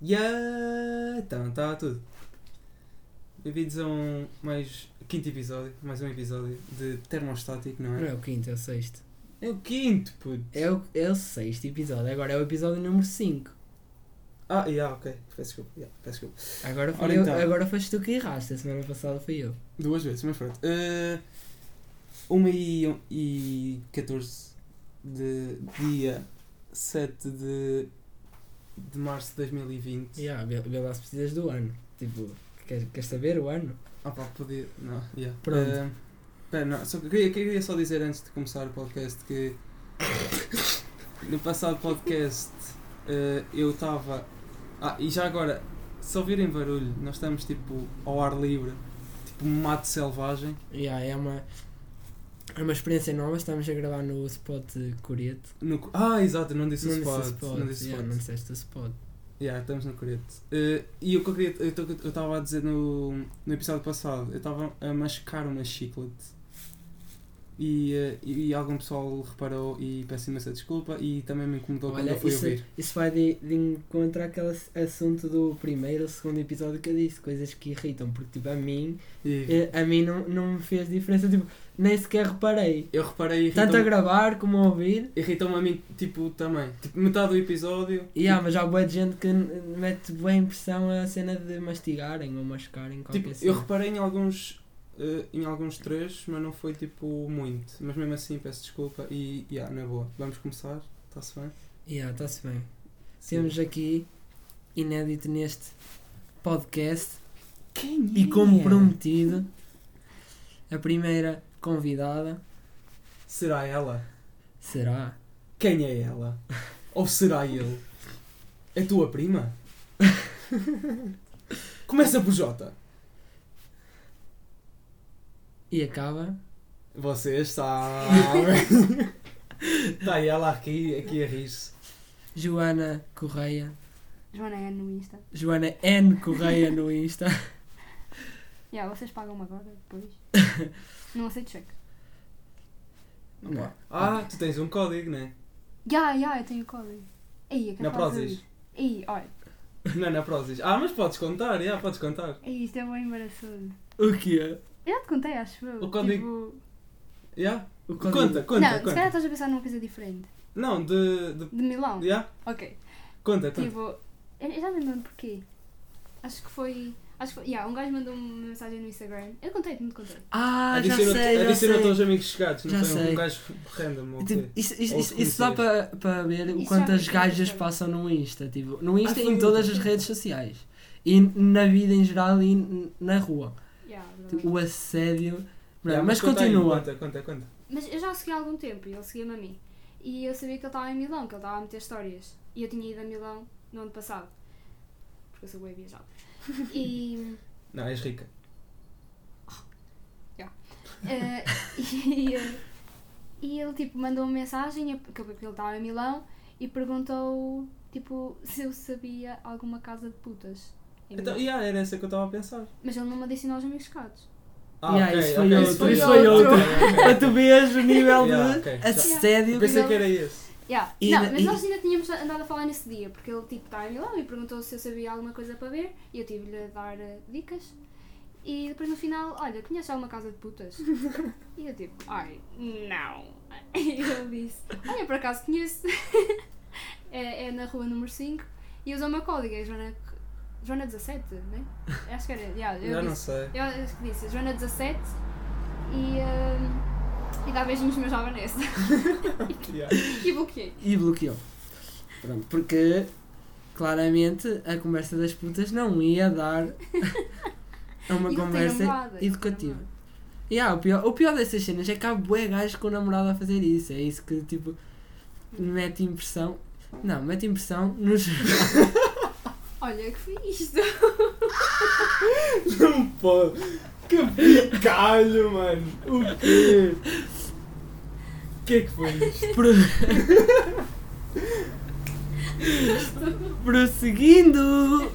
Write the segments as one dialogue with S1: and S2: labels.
S1: Yeah! Então, está tudo. Bem-vindos a um mais quinto episódio, mais um episódio de termostático, não
S2: Não
S1: é?
S2: é o quinto, é o sexto.
S1: É o quinto, puto.
S2: É o, é o sexto episódio. Agora é o episódio número 5.
S1: Ah, yeah, ok. Peço desculpa. Yeah, peço desculpa.
S2: Agora,
S1: Ora
S2: foi eu-
S1: então.
S2: agora foste tu que erraste. A semana passada fui eu.
S1: Duas vezes, mas pronto. Eh, uma e, e 14 de dia 7 de, de março de 2020.
S2: Yeah, vê, vê lá se precisas do ano. Tipo, queres, queres saber o ano?
S1: Ah pá, podia. Não, yeah.
S2: Pronto.
S1: Eh, pera, não, só que queria, queria só dizer antes de começar o podcast que no passado podcast eh, eu estava. Ah, e já agora, se ouvirem barulho, nós estamos tipo ao ar livre, tipo um mato selvagem.
S2: Yeah, é uma. É uma experiência nova, estamos a gravar no spot de Coreto.
S1: No, cu- ah, exato, não disse o spot.
S2: spot,
S1: Não disse
S2: yeah,
S1: spot.
S2: não disseste o spot.
S1: Yeah, estamos no Coreto. Eh, e o que eu queria. Eu tô- eu estava a dizer no, no episódio passado, eu estava a mascar uma chiclete. E, eh, e, e algum pessoal reparou e peço imensa desculpa e também me incomodou quando
S2: Olha,
S1: eu fui
S2: isso, é
S1: ouvir.
S2: isso vai de, de encontro àquele ass- assunto do primeiro ou segundo episódio que eu disse, coisas que irritam, porque tipo, a mim,
S1: E
S2: eh, a mim não, não me fez diferença, tipo, nem sequer reparei.
S1: eu reparei e
S2: Tanto a
S1: irritou-me
S2: gravar como a ouvir.
S1: irritou-me a mim, tipo, também. Tipo, metade do episódio. tipo,
S2: E há, mas há boa de gente que n- mete boa impressão a cena de mastigarem ou mascarem qualquer
S1: Tipo,
S2: cena.
S1: eu reparei em alguns. eh, em alguns trechos, mas não foi tipo muito. Mas mesmo assim, peço desculpa e. Yeah, na boa. Vamos começar? Está-se bem?
S2: Yeah, está-se ah, bem. Temos aqui, inédito neste podcast,
S1: Quem
S2: e um como prometido, a primeira convidada
S1: Será ela?
S2: será...
S1: Quem é ela? Ou será ele? É tua prima? Começa por J.
S2: E acaba...
S1: Vocês sabem. Está aí ela aqui, aqui a rir-se.
S2: Joana Correia.
S3: Joana é no Insta.
S2: Joana N. Correia no Insta.
S3: Yeah, vocês pagam-me agora, depois. não aceito cheque.
S2: Não.
S1: Ah, tu tens um código, né?
S3: Ya, ya, eu tenho código. Ei, eu quero
S1: Na
S3: falar sobre
S1: Prozis.
S3: isto. Ei, olha.
S1: Não, na Prozis. Ah, mas podes contar, já, podes contar.
S3: Ei, isto é bem embaraçoso.
S2: O que é?
S3: Eu já te contei, acho eu.
S1: O código-
S3: Tipo...
S1: Já?
S2: O
S1: Conta,
S3: não,
S1: conta,
S3: se calhar
S1: conta.
S3: estás a pensar numa coisa diferente.
S1: Não, de. de...
S3: De Milão.
S1: já?
S3: Ok.
S1: Conta, conta.
S3: Tipo, eu eu já nem me lembro porquê. Acho que foi... Acho que foi... Yeah, um gajo mandou me uma mensagem no Instagram. Eu contei-te, não te contei.
S2: Ah, já
S1: Adiciona-
S2: sei, já
S1: adiciona
S2: sei.
S1: teus amigos chegados, não
S2: Já
S1: foi um-
S2: sei.
S1: um gajo random ou o quê?
S2: Tipo, Isso, isso,
S1: Ou
S2: isso,
S1: se
S2: isso dá para para ver o
S3: Isso já
S2: quantas
S3: me
S2: gajas
S3: conheces.
S2: passam no Insta. Tipo, no Insta
S1: Ah,
S2: e
S1: foi
S2: em
S1: o-
S2: todas as redes sociais. E na vida em geral e n- na rua.
S3: Ya, bro.
S2: Tipo, O assédio. Bro,
S1: Já,
S2: mas
S1: conta aí,
S2: continua.
S1: Conta, conta, conta.
S3: Mas eu já o segui há algum tempo e ele seguia-me a mim. E eu sabia que ele estava em Milão, que ele estava a meter histórias. E eu tinha ido a Milão no ano passado. Porque eu sou boa a viajar. E,
S1: Não, és rica.
S3: eh, e, eh, e ele tipo mandou uma mensagem, eu- que eu- que ele estava em Milão, e perguntou tipo se eu sabia alguma casa de putas. em
S1: Então,
S3: Milão.
S1: yeah, era essa que eu estava a pensar. Ah,
S3: Mas ele não me adicionou aos amigos chegados.
S2: Yeah,
S1: ok,
S2: isso
S1: ok,
S2: foi outro,
S3: isso foi
S2: outro. Para tu veres o nível
S1: Yeah,
S2: de
S1: ok. Eu
S2: assédio.
S1: pensei que era esse.
S3: Yeah.
S2: E
S3: não,
S2: na-
S3: mas
S2: e-
S3: nós ainda tínhamos andado a falar nesse dia, porque ele tipo estava em Milão e perguntou se eu sabia alguma coisa para ver e eu tive-lhe a dar eh, dicas. E depois no final, olha, conheces alguma casa de putas? e eu tipo, ai, não. E ele disse, olha, por acaso conheço. é, é na rua número 5 e usou o meu código, é Joana, Joana 17, né? Acho que era. Yeah, eu
S1: Já não
S3: disse,
S1: sei.
S3: eu acho que disse, Joana 17 e, eh, e dá beijinhos meus à Vanessa.
S1: Yeah.
S3: e bloqueei.
S2: e bloqueou. Pronto, porque claramente a conversa das putas não ia dar a uma
S3: E um ele tem
S2: conversa
S3: namorada, ele tem
S2: educativa.
S3: namorada.
S2: E há, o, pior, o pior dessas cenas é que há bué gajos com o namorado a fazer isso. É isso que tipo mete impressão. Não, mete impressão nos.
S3: Olha, é que foi isto?
S1: Não pode. Que picalho, mano. O quê? O que é que foi isto?
S2: Pro... Prosseguindo!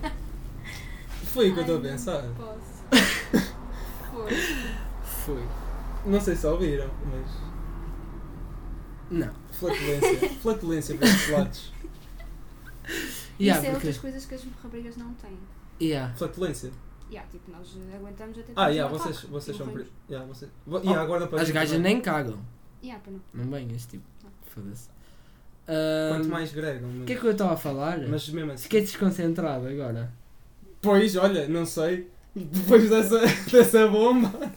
S1: Foi o que eu
S3: Ai,
S1: estou a
S3: não
S1: pensar.
S3: Posso. Foi.
S1: Foi. Não sei se ouviram, mas.
S2: Não.
S1: Flatulência. Flatulência pelos lados.
S2: Yeah,
S3: Isso é
S2: porque-
S3: outras coisas que as raparigas não têm.
S2: Yeah.
S1: Flatulência.
S3: Yeah, tipo, nós eh, aguentamos até
S1: Ah,
S3: termos
S1: yeah,
S3: um
S1: vocês,
S3: ataque
S1: vocês
S3: e
S1: são.
S3: morremos.
S1: Pre... Yeah, vocês... vo- yeah, agora para
S2: Oh, As
S1: mim
S2: gajas
S1: também.
S2: nem cagam.
S3: Yeah, para não.
S2: Não bem, esse tipo. Foda-se. Ahm,
S1: Quanto mais gregam.
S2: O
S1: mas-
S2: hum, que é que eu estava a falar?
S1: Mas mesmo assim.
S2: Fiquei desconcentrado agora.
S1: Pois, olha, não sei. Depois dessa, dessa bomba.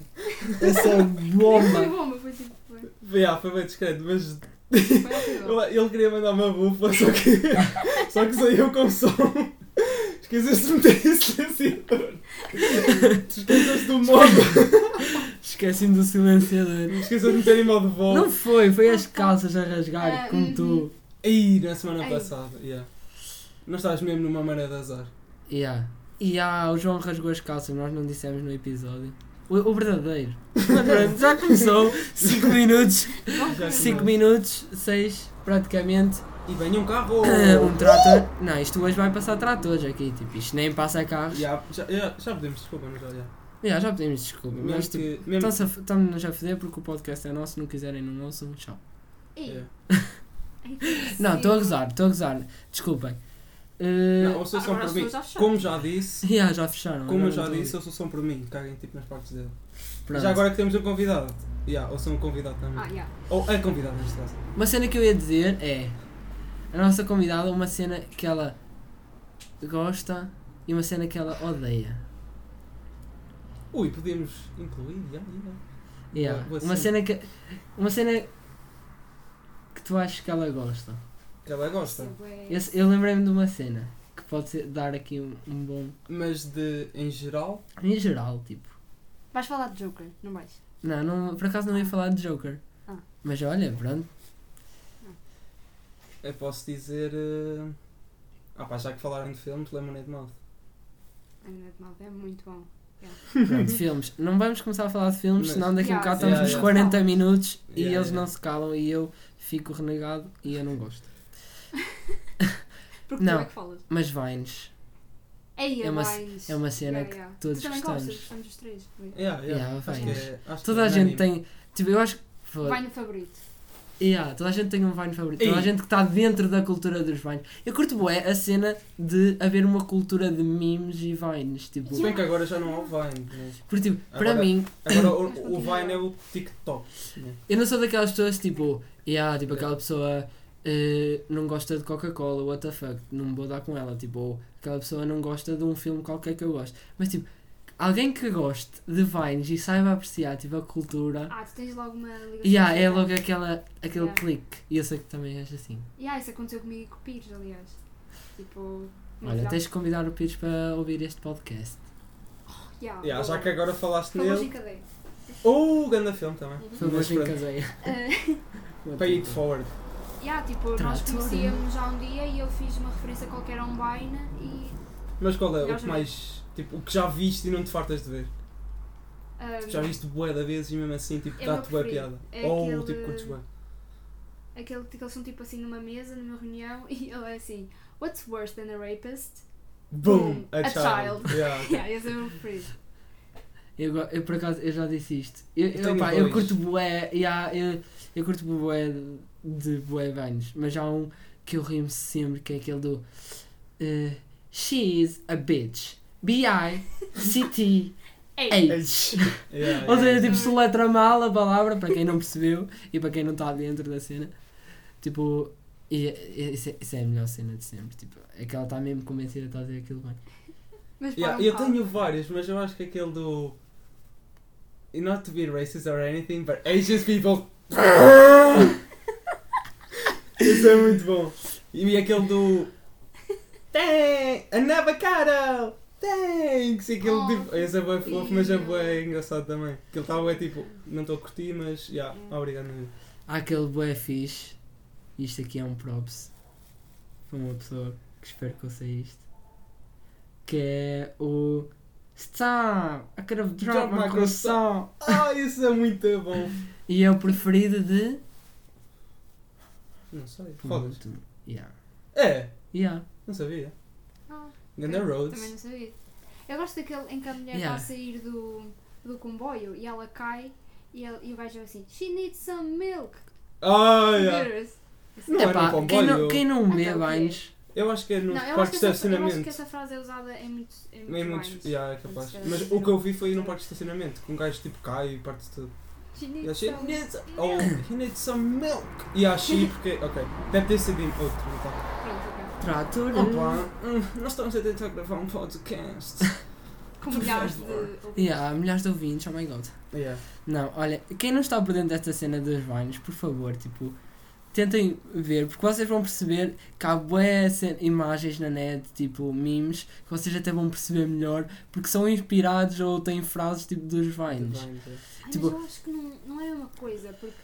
S2: Essa é
S3: Foi
S2: bomba.
S3: bomba, foi tipo. Foi,
S1: Yeah, foi bem discreto, mas
S3: foi horrível.
S1: ele ele queria mandar uma bufa, só que, só que saiu com som. Esqueceu-se de meter esse silenciador. Esqueceu-se do modo.
S2: Esqueci-me do silenciador.
S1: Esqueceu de meter em modo voo.
S2: Não foi, foi as calças a rasgar,
S3: Ah,
S2: como
S3: uhum.
S2: tu.
S1: Aí, na semana
S3: Ai.
S1: passada, yeah. Não estás mesmo numa maré de azar.
S2: Yeah. E ah, o João rasgou as calças, nós não dissemos no episódio. O, o verdadeiro. Pronto, já começou. 5 minutos.
S1: Já
S2: 5
S1: começou.
S2: minutos, 6 praticamente.
S1: E vem um carro!
S2: um trator. Não, isto hoje vai passar tratores aqui. Tipo, isto nem passa carros.
S1: Yeah, já, yeah, já pedimos desculpa, não já? Yeah.
S2: Yeah, já pedimos desculpa, mas
S1: Mesmo
S2: tipo.
S1: que. Mesmo,
S2: Estão-se a f- Estamos-nos a foder porque o podcast é nosso, se não quiserem não ouçam, tchau.
S3: Ei,
S1: yeah.
S3: ei,
S2: Não, estou a
S3: sim.
S2: gozar, estou a gozar, desculpem. Eh,
S1: Não, ouçam só por
S3: Agora as
S1: mim.
S3: pessoas acham.
S1: Como já disse,
S2: yeah, já fecharam.
S1: como
S2: agora
S1: eu já
S2: não tô a
S1: disse,
S2: ouvir.
S1: ouçam só por mim. Caguem tipo nas partes dele.
S2: Pronto.
S1: Já agora que temos um convidado. Yeah, ouçam um convidado também.
S3: Ah, yeah.
S1: Ou a convidada neste caso.
S2: Uma cena que eu ia dizer é: a nossa convidada, uma cena que ela gosta e uma cena que ela odeia.
S1: Ui, podemos incluir, já, já.
S2: Yeah.
S1: Boa- boa
S2: uma
S1: cena.
S2: cena que. Uma cena que tu achas que ela gosta.
S1: Que ela gosta.
S3: Isso é bué.
S2: Eu, eu lembrei-me de uma cena que pode ser- dar aqui um, um bom.
S1: Mas de, em geral,
S2: Em geral, tipo.
S3: Vais falar de Joker, não vais?
S2: Não, não, por acaso não ia falar de Joker.
S3: Ah.
S2: Mas olha, pronto.
S1: eu posso dizer. eh, Ah pá, já que falaram de filmes, Lemonade Mouth.
S3: Ai, não é de mal, é muito bom.
S2: pronto filmes. Não vamos começar a falar de filmes,
S1: Mas-
S2: senão daqui a um
S3: Yeah,
S2: bocado estamos
S1: Uhum. yeah,
S2: nos
S1: yeah.
S2: 40 minutos e
S1: Yeah,
S2: eles
S1: yeah.
S2: não se calam e eu fico renegado e eu não gosto.
S3: Porque
S2: Não.
S3: tu é que falas.
S2: Mas Vines
S3: Ei,
S2: É uma-
S3: mais.
S2: é uma cena
S3: Yeah,
S2: que
S3: yeah.
S2: todos
S3: tu também
S2: gostamos.
S3: Gostas, gostamos dos três.
S1: Yeah, yeah.
S2: Yeah,
S1: acho que é, acho que
S2: toda
S1: é
S2: a gente
S1: unânime.
S2: tem. Tipo, eu acho que. Foda.
S3: Vai no favorito.
S2: Yeah, toda a gente tem um Vine favorito.
S1: Ei.
S2: Toda a gente que está dentro da cultura dos Vines. Eu curto bué a cena de haver uma cultura de memes e Vines. Tipo,
S1: Se bem que agora já não há o Vine. Mas...
S2: porque, tipo para
S1: Agora-
S2: mim,
S1: Agora o,
S3: Mas
S1: o
S3: continua.
S1: Vine é o TikTok. né?
S2: Eu não sou daquelas pessoas tipo, yeah, tipo aquela pessoa eh, não gosta de Coca-Cola, what the fuck, não vou dar com ela, tipo, ou aquela pessoa não gosta de um filme qualquer que eu gosto. Mas tipo, alguém que goste de Vines e saiba apreciar tipo, a cultura,
S3: Ah, tu tens logo uma ligação.
S2: yeah, é
S3: direta.
S2: logo aquela, aquele
S3: Yeah.
S2: clique. E eu sei que também és assim.
S3: Yeah, isso aconteceu comigo e com o Pires, aliás. Tipo. uma
S2: Olha,
S3: filha-
S2: tens de convidar o Pires para ouvir este podcast.
S3: Yeah,
S1: Yeah, já
S3: boa.
S1: que agora falaste
S3: Falas
S1: nele.
S3: em cadeia.
S1: Ou o ganda filme também.
S2: Foi
S3: Uhum.
S2: uma
S1: Mas pronto.
S2: caseia.
S3: Ah,
S1: Pay it forward.
S3: yeah, tipo, nós
S2: Trator.
S3: conhecíamos já um dia e eu fiz uma referência qualquer a um Vine e.
S1: Mas qual é o
S3: Nós
S1: que
S3: não.
S1: mais. Tipo, o que já viste e não te fartas de ver?
S3: ah,
S1: Tipo, já viste bué da vezes e mesmo assim, tipo,
S3: É o
S1: dá-te
S3: meu
S1: bué
S3: preferido.
S1: piada.
S3: É
S1: Ou
S3: aquele-
S1: tipo, curtes bué.
S3: aquele que eles são tipo assim numa mesa, numa reunião e ele é assim: What's worse than a rapist?
S1: Boom! A,
S3: A
S1: child.
S3: child.
S1: Yeah, ok.
S3: Yeah, esse é o meu preferido.
S2: Eu, go- eu por acaso eu já disse isto. Eu, eu,
S1: tenho
S2: pá, eu
S1: dois.
S2: curto bué, yeah, eu, eu curto bué de- de bué banhos, mas há um que eu rimo sempre que é aquele do eh, She is a bitch. B-I-C-T.
S3: Ei!
S2: H.
S1: Yeah,
S2: Ou seja,
S1: yeah.
S2: tipo, se letra mal a palavra, para quem não percebeu e para quem não está dentro da cena, tipo, e, e- isso, é, isso é a melhor cena de sempre. Tipo, é que ela está mesmo convencida de fazer aquilo bem.
S3: Mas
S1: Yeah,
S3: para um
S1: eu
S3: pau.
S1: tenho vários, mas eu acho que aquele do. Not to be racist or anything, but Asian people. Isso é muito bom. E aquele do. Dang! An avocado! Thanks! E aquele
S3: Oh,
S1: tipo. Esse é bem fofo,
S3: fofinho.
S1: mas é bem engraçado também. Aquele estava é tipo. Não estou a curtir, mas. Yeah,
S3: Yeah.
S1: obrigado. mesmo.
S2: Há aquele bué fixe. Isto aqui é um props para uma pessoa que espero que ouça isto. Que é o Stop! I could have dropped my croissant!
S1: Ah, isso é muito bom!
S2: E é o preferido de.
S1: Não sei,
S2: Uhum.
S1: foda-se.
S2: Pronto. Yeah.
S1: É,
S2: Yeah.
S1: não sabia.
S3: Ah,
S1: Ganda
S3: eu
S1: Rhodes.
S3: Também não sabia. Eu gosto daquele em que a mulher
S2: Yeah.
S3: está a sair do, do comboio e ela cai e, ele, e o gajo é assim: She needs some milk!
S1: Ah, yeah.
S3: Viras?
S1: Não era um
S2: Epá, quem,
S1: comboio.
S2: não, quem não
S3: Então,
S2: vê
S3: o quê?
S2: banhos
S1: Eu acho que é no
S3: Não, eu
S1: parque
S3: acho,
S1: de
S3: que essa, eu acho que
S1: estacionamento.
S3: essa frase é usada em muitos. Em muitos.
S1: Nem muitos.
S3: bairros.
S1: Yeah, é capaz.
S3: Antes de-
S1: Mas o que eu vi foi num parque de estacionamento, com um gajo tipo cai e parte tudo.
S3: She
S1: Yeah,
S3: needs
S1: she
S3: some-
S1: needs, oh, he needs some milk. Yeah, she, porque, ok, deve ter sido em outro, então.
S3: Pronto, ok.
S2: Trator.
S1: Opa, hum, nós estamos a tentar gravar um podcast.
S3: Com
S1: Por
S3: milhares de.
S1: favor.
S3: ouvintes.
S2: Yeah, milhares de ouvintes, oh my god.
S1: Yeah.
S2: Não, olha, quem não está por dentro desta cena dos Vines, por favor, tipo, tentem ver, porque vocês vão perceber que há boas imagens na net, tipo, memes, que vocês até vão perceber melhor, porque são inspirados ou têm frases tipo dos Vines.
S3: Ai,
S2: Tipo-
S3: mas eu acho que não, não é uma coisa, porque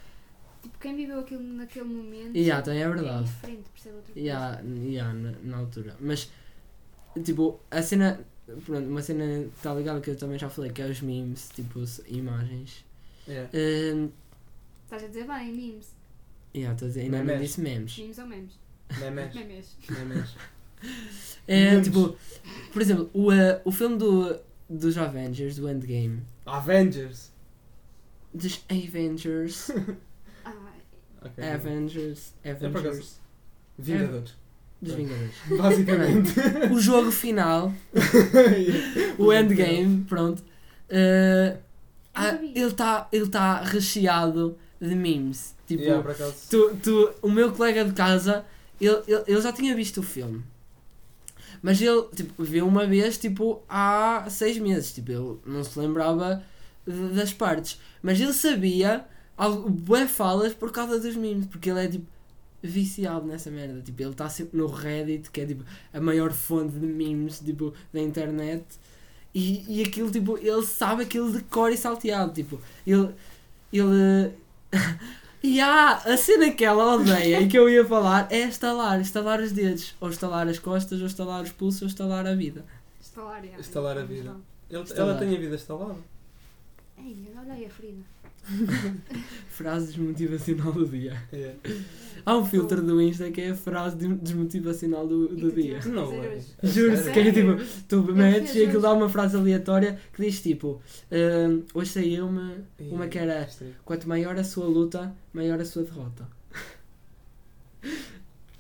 S3: tipo, quem viveu aquilo naquele momento
S2: Yeah, também é verdade.
S3: diferente, percebe outra coisa.
S2: Yeah, yeah, na, na altura. Mas, tipo, a cena. Pronto, uma cena que está ligada que eu também já falei, que é os memes, tipo, s- imagens.
S1: Yeah.
S2: Ahn,
S3: Estás a dizer bem, memes.
S2: yeah, tô a dizer, ainda não
S1: Memes.
S2: disse memes.
S3: Memes ou memes?
S1: Memes,
S3: Memes.
S1: memes.
S2: É,
S1: Memes.
S2: tipo, por exemplo, o, ah, o filme do, dos Avengers, do Endgame,
S1: Avengers.
S2: dos Avengers,
S3: Ah,
S1: Ok.
S2: Avengers,
S1: É por
S2: Avengers,
S1: acaso. Vingadores.
S2: dos Vingadores.
S1: Basicamente.
S2: o jogo final,
S1: Yeah.
S2: o Endgame, pronto. ah,
S3: eu
S2: ah,
S3: nunca vi.
S2: ele está ele tá recheado de memes. Tipo,
S1: Yeah, por acaso.
S2: Tu, tu, o meu colega de casa, ele, ele, ele já tinha visto o filme. Mas ele, tipo, viu uma vez, tipo, há seis meses. Tipo, ele não se lembrava de- das partes. Mas ele sabia algo- bué falas por causa dos memes. Porque ele é, tipo, viciado nessa merda. Tipo, ele está sempre no Reddit, que é, tipo, a maior fonte de memes, tipo, da internet. E, e aquilo, tipo, ele sabe aquilo de cor e salteado. Tipo, ele... Ele... E há a cena que ela odeia e que eu ia falar é estalar, estalar os dedos, ou estalar as costas, ou estalar os pulsos, ou estalar a vida.
S3: Estalar, yeah.
S1: Estalar a vida. Ele-
S2: Está
S1: Ela
S2: lá.
S1: tem a vida instalada.
S3: Ei, olha aí a Frida.
S2: Frase desmotivacional do dia.
S1: Yeah.
S2: Há um filtro do Insta que é a frase de- desmotivacional do, do dia.
S1: Não
S3: Fazer
S1: é.
S3: hoje.
S2: Juro-se que é
S3: Sério?
S2: tipo, tu
S3: Eu
S2: metes
S3: fiz
S2: e aquilo
S3: hoje.
S2: dá uma frase aleatória que diz tipo, "Hum, hoje saiu-me uma que era
S1: Sim.
S2: quanto maior a sua luta, maior a sua derrota.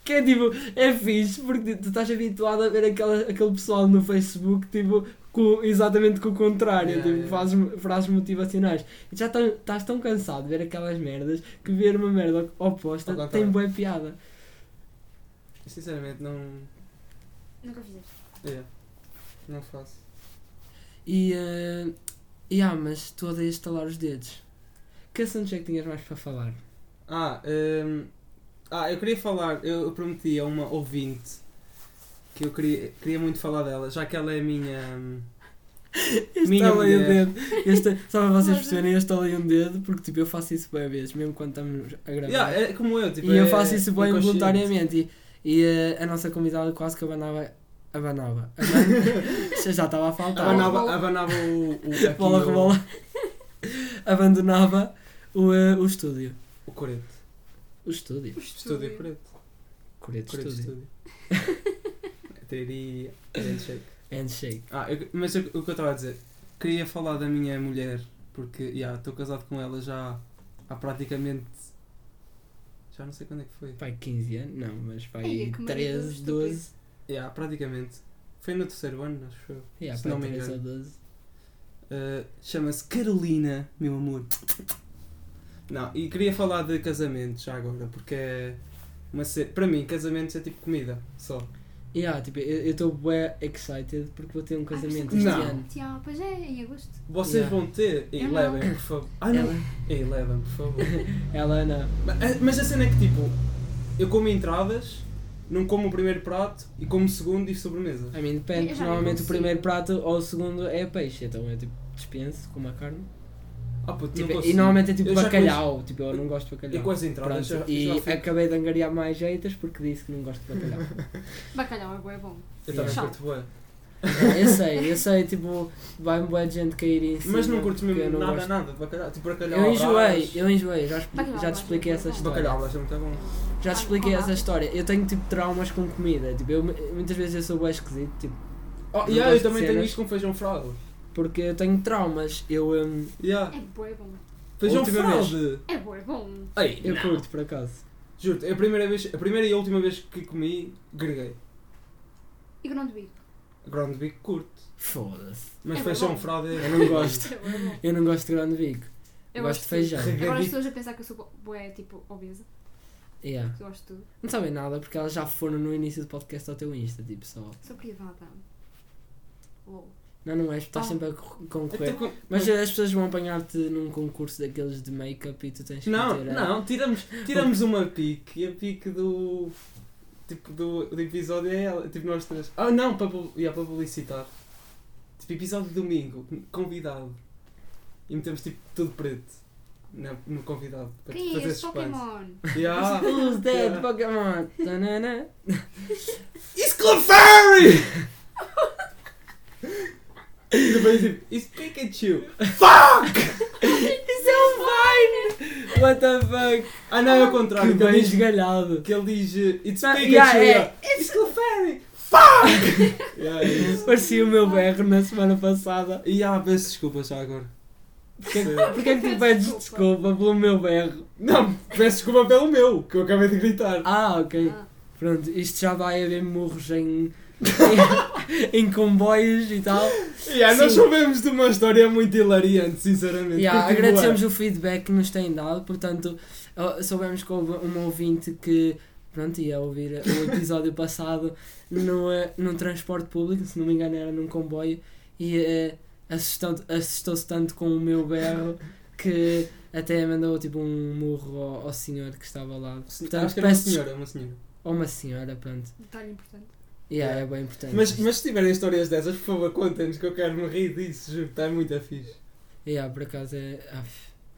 S2: Que é tipo, é fixe, porque tu estás habituado a ver aquela, aquele pessoal no Facebook, tipo, com, exatamente com o contrário,
S1: Yeah,
S2: tipo,
S1: yeah.
S2: Frases, frases motivacionais. E já tão- estás tão cansado de ver aquelas merdas que ver uma merda oposta
S1: Ao contrário.
S2: tem boa piada.
S1: Sinceramente, não.
S3: Nunca fizeste.
S1: Yeah. Não faço.
S2: E, ah, e ah, mas tu odeias estalar os dedos. Que assuntos é que tinhas mais para falar?
S1: Ah, hum, ah, eu queria falar, eu prometi a uma ouvinte que eu queria, queria muito falar dela, já que ela é a minha. hum,
S2: Eu
S1: Minha
S2: estalei o
S1: mulher.
S2: dedo. Eu esta- Só para vocês
S3: Mas-
S2: perceberem, eu estalei um dedo porque tipo, eu faço isso bem vezes, mesmo quando estamos a gravar.
S1: Yeah, é como eu, tipo,
S2: e eu
S1: é
S2: faço isso bem
S1: inconsciente.
S2: voluntariamente. E, e, eh, a nossa convidada quase que abanava. Abanava. Aban- Já estava a faltar.
S1: Abanava, abanava o. o aqui
S2: Bola
S1: o-
S2: rebola. Abandonava o, eh, o estúdio.
S1: O Coreto.
S2: O estúdio.
S1: Estúdio
S3: Ah,
S1: Coreto.
S2: Coreto
S1: Coreto
S2: estúdio.
S1: Estúdio. Teria. Handshake.
S2: Handshake.
S1: Ah, eu- mas eu- o que eu estava a dizer, queria falar da minha mulher, porque estou casado com ela já há praticamente. Já não sei quando é que foi.
S2: Pai, 15 anos? Não, mas
S1: é
S3: Ei,
S2: pai,
S3: que marido
S2: 13,
S3: estúpido.
S2: 12.
S1: Yeah, praticamente. Foi no terceiro ano, acho eu.
S2: Yeah,
S1: Se
S2: pai,
S1: não me
S2: 13 ou
S1: engano.
S2: 12.
S1: Uh, Chama-se Carolina, meu amor. Não, e queria falar de casamentos já agora, porque é. Uma ce- Para mim, casamentos é tipo comida, só.
S2: Yeah, tipo, eu estou bem excited porque vou ter um
S3: é
S2: casamento
S1: Ai,
S2: este
S1: não.
S2: ano.
S3: Tiago, pois é, em agosto.
S1: Vocês
S2: Yeah.
S1: vão ter. E
S3: Eu não.
S1: levem, por favor. Ah, não!
S2: Ela,
S1: E levem, por favor.
S2: ela não.
S1: Ma- a- Mas a cena é que tipo, eu como entradas, não como o primeiro prato e como o segundo e sobremesa.
S2: A mim depende,
S3: Eu já
S2: normalmente o
S3: consigo.
S2: primeiro prato ou o segundo é peixe, então eu tipo dispenso com uma carne.
S1: Ah, puto,
S2: Tipo,
S1: não
S2: e
S1: consigo.
S2: normalmente é tipo
S1: Eu já
S2: bacalhau, tipo eu não gosto de
S1: E
S2: bacalhau.
S1: com as entradas
S2: Pronto,
S1: já,
S2: e
S1: já fico-
S2: acabei de angariar mais jeitas porque disse que não gosto de bacalhau.
S3: Bacalhau é bué bom.
S1: Eu também
S3: Chato.
S1: curto bué.
S2: É, eu sei, eu sei, tipo, vai-me boa gente cair em cima.
S1: Mas não curto
S2: porque eu
S1: mesmo
S2: não
S1: nada,
S2: gosto.
S1: nada de bacalhau. Tipo, bacalhau
S2: Eu
S1: à
S2: enjoei,
S1: brás.
S2: eu enjoei, já, expli-
S3: Bacalhau,
S2: já te
S3: mas
S2: expliquei
S3: é
S2: essa
S3: bom.
S2: história.
S1: Bacalhau à brás é muito bom.
S2: Já te
S3: Ai,
S2: expliquei
S3: olá.
S2: essa história. Eu tenho tipo traumas com comida. Tipo, eu, muitas vezes eu sou bem esquisito, tipo,
S1: Oh,
S2: Não
S1: yeah,
S2: gosto
S1: eu
S2: de
S1: também tenho
S2: cenas.
S1: isto com feijão fraldo.
S2: porque eu tenho traumas. Eu, hum,
S1: Yeah.
S3: É bué bom.
S1: Feijão
S2: última
S1: fralde!
S3: É bué bom.
S1: Ei,
S2: eu curto por acaso.
S1: juro-te, é a primeira, vez, a primeira e a última vez que comi, greguei.
S3: E Groundbeat.
S1: Groundbeak curto.
S2: Foda-se.
S1: Mas
S3: É
S1: feijão
S3: bom.
S1: fralda é-
S2: Eu não gosto.
S3: É bué bom.
S2: Eu não gosto de grande bico.
S3: Eu
S2: gosto de feijão.
S3: Agora as
S1: Regadito.
S3: pessoas a pensar que eu sou bo- bué, tipo, obesa.
S2: Yeah.
S3: que Eu gosto de tudo.
S2: Não sabem nada porque elas já foram no início do podcast ao teu Insta, tipo só.
S3: Sou privada. Lol.
S2: Não, não és, porque estás
S1: Ah.
S2: sempre a co- concorrer.
S1: Então, com-
S2: Mas eh, as pessoas vão apanhar-te num concurso daqueles de make-up e tu tens que
S1: Não,
S2: meter a-
S1: não, tiramos, tiramos uma pique e a pique do. Tipo, do, do episódio é ela. Tipo, nós três. Ah, não, para, pu- yeah, para publicitar. Tipo, episódio de domingo, convidado. E metemos tipo tudo preto na- no convidado. Para
S3: Quem é
S1: fazer
S3: esse
S1: suspense.
S3: Pokémon?
S1: Yeah.
S2: Who's dead
S1: Yeah.
S2: Pokémon? Tanana.
S1: Isso Club Fairy! E depois tipo, isso Pikachu!
S2: Isso é um Vine! What the fuck?
S1: Ah, não, é o contrário.
S2: Que
S1: Que ele
S2: bem
S1: diz,
S2: esgalhado.
S1: que ele diz eh, It's
S2: Não,
S1: Pikachu!
S2: yeah, é.
S1: yeah. It's Club Fairy! Fuck! yeah, é isso.
S2: Parecia o meu berro na semana passada.
S1: E há, peço desculpa já agora.
S2: Porquê é que tu pedes desculpa pelo meu berro?
S1: Não, peço desculpa pelo meu, que eu acabei de gritar.
S2: Ah, ok.
S3: Ah,
S2: Pronto, isto já vai haver murros em, em comboios e tal.
S1: Yeah, ah, nós
S2: sim.
S1: soubemos de uma história muito hilariante, sinceramente.
S2: Yeah,
S1: Continua.
S2: agradecemos o feedback que nos têm dado, portanto, oh, soubemos que houve um ouvinte que pronto, ia ouvir o episódio passado no, eh, num transporte público, se não me engano era num comboio, e eh, assustou- assustou-se tanto com o meu berro que até mandou tipo um murro ao, ao senhor que estava ao lado.
S1: Sim, Acho
S2: Portanto,
S1: que era uma
S2: peço
S1: senhora, é uma senhora.
S2: desculpa- Ou uma senhora, pronto.
S3: detalhe importante.
S2: Yeah, É bem importante.
S1: Mas, mas se tiverem histórias dessas, por favor, contem-nos que eu quero me rir disso, juro, está muito fixe.
S2: Yeah, por acaso é. af.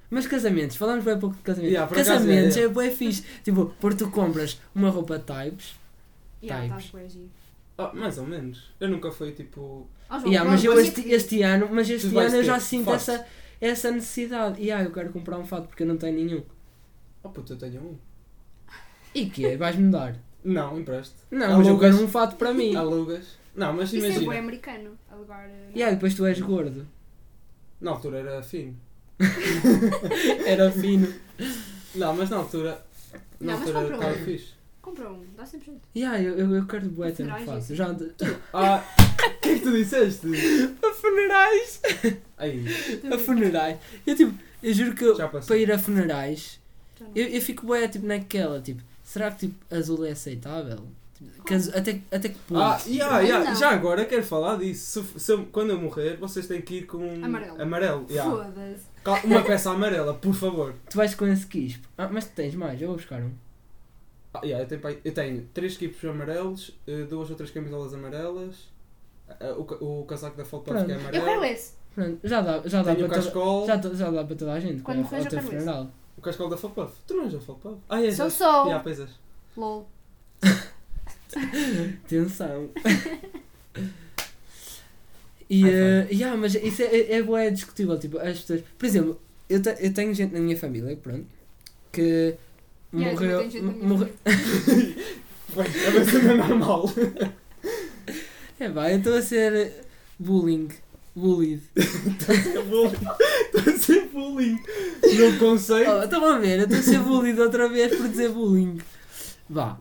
S2: Mas casamentos, falamos bem pouco de casamentos.
S1: Yeah, por acaso é,
S2: casamentos
S1: é.
S2: é bem fixe. Tipo, por tu compras uma roupa types.
S3: Yeah, tá,
S2: Types.
S3: estás bué giro.
S1: Ah, mais ou menos. Eu nunca fui tipo.
S3: Ah, João,
S2: Yeah, mas
S3: pronto,
S2: eu
S3: mas
S2: este,
S3: é que-
S2: este ano, mas
S1: Tu
S2: este
S1: vais
S2: ano eu
S1: ter
S2: já sinto
S1: fatos.
S2: essa, essa necessidade. E ah, eu quero comprar um fato porque eu não tenho nenhum.
S1: Oh puto, eu tenho um.
S2: E que é? Vais-me dar?
S1: Não, empresto.
S2: Não,
S1: Ah,
S2: mas eu
S1: alugas.
S2: quero um fato para mim.
S1: Alugas. Não, mas
S3: Isso é bué
S1: imagina.
S3: americano. Agora. é?
S2: E ah, depois tu és gordo.
S1: Na altura era fino.
S2: Era fino.
S1: Não, mas na altura. Na
S3: Não, mas
S1: altura
S3: compra um.
S1: estava fixe.
S3: Compra um, dá sempre jeito.
S2: E ah, eu, eu, eu quero bué ter um
S3: Funerais,
S2: fato.
S3: isso.
S2: Já ande-
S1: Ah, o que é que tu disseste?
S2: a funerais!
S1: Aí,
S3: Então,
S2: A funerais. Eu tipo, eu juro que eu-
S1: já passou.
S2: para ir a funerais
S3: Já não.
S2: Eu, eu fico bué, tipo, naquela, tipo, será que, tipo, azul é aceitável? Tipo, que azu- até, até que ponto?
S1: Ah, yeah,
S3: Ou
S1: yeah.
S3: não.
S1: já agora quero falar disso. Se- se eu- quando eu morrer, vocês têm que ir com. um
S3: Amarelo.
S1: Amarelo, yeah.
S3: Foda-se.
S1: Cal- Uma peça amarela, por favor.
S2: Tu vais com esse quispo. Ah, mas tu tens mais, eu vou buscar um.
S1: Ah, yeah, eu, tenho, pa- eu tenho três equipes amarelos, eh, duas ou três camisolas amarelas, eh, o, ca- o casaco da Fold Pop que é
S2: Pronto.
S3: Eu quero
S1: amarelo.
S3: esse.
S2: Pronto, já dá, já dá
S1: Tenho o
S2: para toda,
S1: cascol.
S2: já, dá- já dá para toda a gente.
S3: Quando
S2: para o
S3: morrer,
S2: teu
S3: já quero
S2: funeral.
S1: O cascol da Fold Pop. Tu não és da Fold Pop? Ah, és.
S3: Sou
S1: és.
S3: só.
S1: Yeah, pois és.
S3: Lol.
S2: Tensão. e,
S1: High
S2: eh, yeah, mas isso é, é, é bué discutível, tipo, as pessoas... Por exemplo, eu, te- eu tenho gente na minha família, pronto, que
S3: Yeah, eu também
S2: morreu...
S3: tenho jeito na minha
S2: morreu-
S3: vida.
S1: Bem, a vacina é normal.
S2: É pá, eu estou a ser bullying, bullied.
S1: É bullying. Estou a ser bullying. No conceito.
S2: Oh, Estão a ver, eu estou a ser bullied outra vez por dizer bullying. Vá.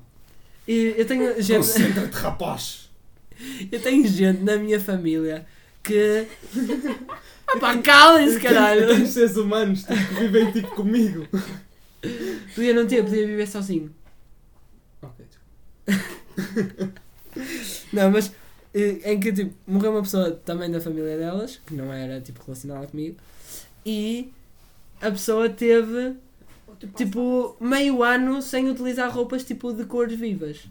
S2: E Eu tenho gente,
S1: Concentra-te, rapaz.
S2: eu tenho gente na minha família que. Ah pá, calem-se, caralho!
S1: Eu tenho seres humanos tipo, que vivem tipo comigo.
S2: Podia não ter, podia viver sozinho.
S1: Ok,
S2: Não, mas. eh, Em que, tipo, morreu uma pessoa também da família delas, que não era, tipo, relacionada comigo, e a pessoa teve,
S3: Outro passo.
S2: tipo, meio ano sem utilizar roupas, tipo, de cores vivas.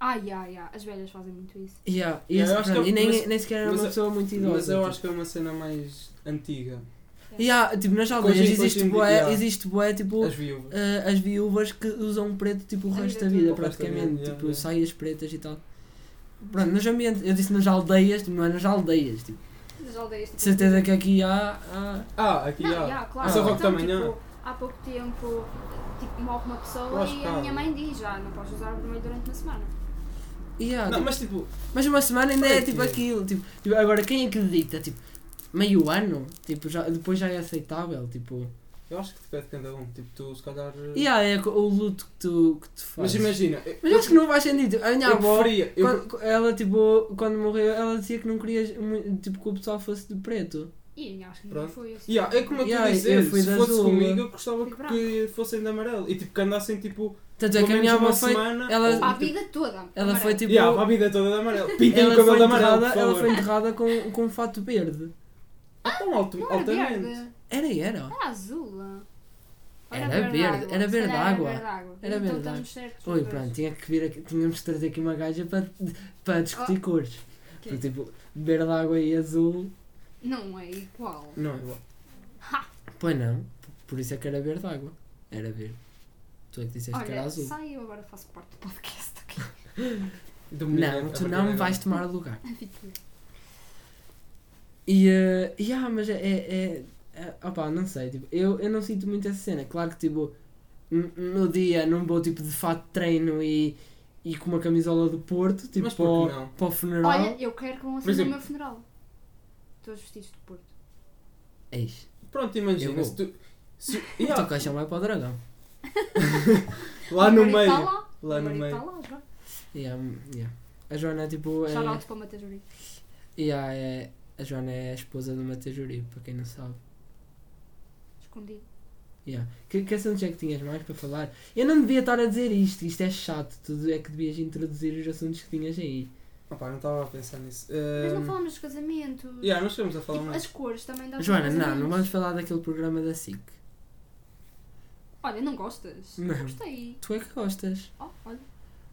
S3: Ai, ai, ai. As velhas fazem muito isso.
S2: Yeah, e,
S1: Yeah,
S2: esse
S1: eu acho que
S2: pronto,
S1: eu-
S2: e nem,
S1: mas-
S2: nem sequer era
S1: mas
S2: uma
S1: eu-
S2: pessoa muito idosa.
S1: Mas eu
S2: tipo.
S1: acho que é uma cena mais antiga.
S2: E há, tipo, nas aldeias
S1: Hoje-
S2: existe,
S1: hoje em
S2: bué,
S1: dia,
S2: existe bué, tipo,
S1: As viúvas.
S2: eh, as viúvas que usam preto, tipo, o
S3: A
S2: resto
S3: vida
S2: da
S3: toda.
S2: vida,
S1: O resto da vida,
S2: praticamente.
S1: yeah,
S2: tipo,
S1: yeah.
S2: saias pretas e tal. Pronto, nos ambientes, eu disse nas aldeias, tipo, não é nas aldeias, tipo.
S3: Nas aldeias. tipo,
S2: De certeza que é. aqui há, há...
S1: Ah, aqui
S3: Não,
S1: há.
S3: já, claro.
S1: Só
S3: então,
S1: rock também,
S3: tipo, há pouco tempo tipo, morre uma
S1: Eu
S3: pessoa
S1: acho
S3: e
S1: que
S3: a
S1: há.
S3: minha mãe diz já, não podes usar vermelho durante uma semana.
S2: e há,
S1: Não,
S2: tipo,
S1: mas tipo,
S2: mas uma semana ainda é,
S1: Ai,
S2: tipo,
S1: tio.
S2: aquilo, tipo, tipo, Agora, quem acredita, tipo, meio ano, tipo, já, depois já é aceitável, tipo...
S1: eu Eu acho que depende de cada um. Tipo, tu se calhar. eh,
S2: E yeah, é co- o luto que tu, que tu
S1: Mas
S2: fazes.
S1: imagina. eu-
S2: Mas
S1: eu,
S2: acho que não faz sentido. A minha
S1: eu
S2: avó,
S1: preferia. Eu,
S2: quando- ela tipo, quando morreu, ela dizia que não queria mu- tipo, que o pessoal fosse de preto.
S3: E eu acho que não
S1: Pronto.
S3: foi assim.
S1: Yeah, é como eu
S2: Yeah,
S1: te dizer,
S2: eu fui de
S1: se fosse
S2: azul,
S1: comigo eu gostava
S3: Fui
S1: que,
S3: branco.
S1: que fossem de amarelo. E tipo, que andassem tipo.
S2: Tanto é
S1: pelo
S2: que a
S1: menos
S2: minha
S1: uma
S2: avó foi.
S1: semana,
S2: ela-
S1: ou-
S3: A vida toda.
S2: Ela foi
S3: amarela.
S2: tipo.
S1: Yeah, a vida toda de amarelo. Pintem o
S2: ela,
S1: cabelo
S2: foi
S1: de amarelo,
S2: enterrada,
S1: por
S2: ela foi
S1: favor.
S2: enterrada com, com um fato verde.
S1: Ah, tão alto,
S3: Não era
S1: altamente.
S3: verde.
S2: Era, era.
S3: Era azul. ah. Ou
S2: Era verde,
S3: água?
S2: era
S3: Se
S2: verde
S3: calhar
S2: água.
S3: Era verde água.
S2: Era
S3: então
S2: verde
S3: estamos certos.
S2: Oi, pronto, tinha que vir aqui, tínhamos de trazer aqui uma gaja para, para
S3: Ah.
S2: discutir cores.
S3: ok.
S2: Porque, tipo, verde água e azul.
S3: Não é igual.
S1: Não, é igual.
S2: Pois não, por isso é que era verde água. Era verde. Tu é que disseste que era
S3: Olha,
S2: azul.
S3: sai eu agora faço parte do podcast. ok?
S1: Do menino,
S2: Não,
S1: a
S2: tu
S1: partir
S2: não
S1: de
S2: vais
S1: agora.
S2: tomar lugar.
S3: Fico-
S2: E, eh, e ah, mas é. é, é opá, não sei, tipo, eu, eu não sinto muito essa cena. Claro que, tipo, n- no dia não vou, tipo, de fato treino e, e com uma camisola do Porto, tipo,
S1: Mas
S2: para,
S1: por
S2: o-
S1: que não?
S2: para o funeral.
S3: Olha, eu quero que vão
S1: Por
S3: assim no
S1: exemplo-
S3: meu funeral. Todos vestidos de Porto.
S2: Eis.
S1: Pronto,
S2: Eu
S1: imagina.
S2: vou. Então,
S1: Se tu, se,
S2: O teu
S1: yeah,
S2: caixão vai para o dragão.
S1: lá
S3: O
S1: no
S3: Mário Está
S1: meio.
S3: tá lá.
S1: Lá
S3: O
S1: no
S3: Mário
S1: meio.
S3: Está lá, já.
S2: Yeah, yeah. A Joana, tipo,
S3: Shout
S2: é,
S3: out para o Matheus Uribe.
S2: yeah, é. A Joana é a esposa do Mateus Uribe, para quem não sabe.
S3: Escondido.
S2: Yeah. Que, que assuntos é que tinhas mais para falar? Eu não devia estar a dizer isto, isto é chato, tudo é que devias introduzir os assuntos que tinhas aí.
S1: Opa, não estava a pensar nisso.
S3: Mas não
S1: Ahm,
S3: falamos dos casamentos.
S1: Eh, yeah, nós estamos a falar
S3: Tipo, as
S1: mais.
S3: cores também dá
S2: Joana,
S3: para
S2: não, não
S3: casamentos.
S2: vamos falar daquele programa da SIC.
S3: Olha, não gostas?
S2: Não.
S3: Gostei.
S2: Tu é que gostas.
S3: Oh, olha.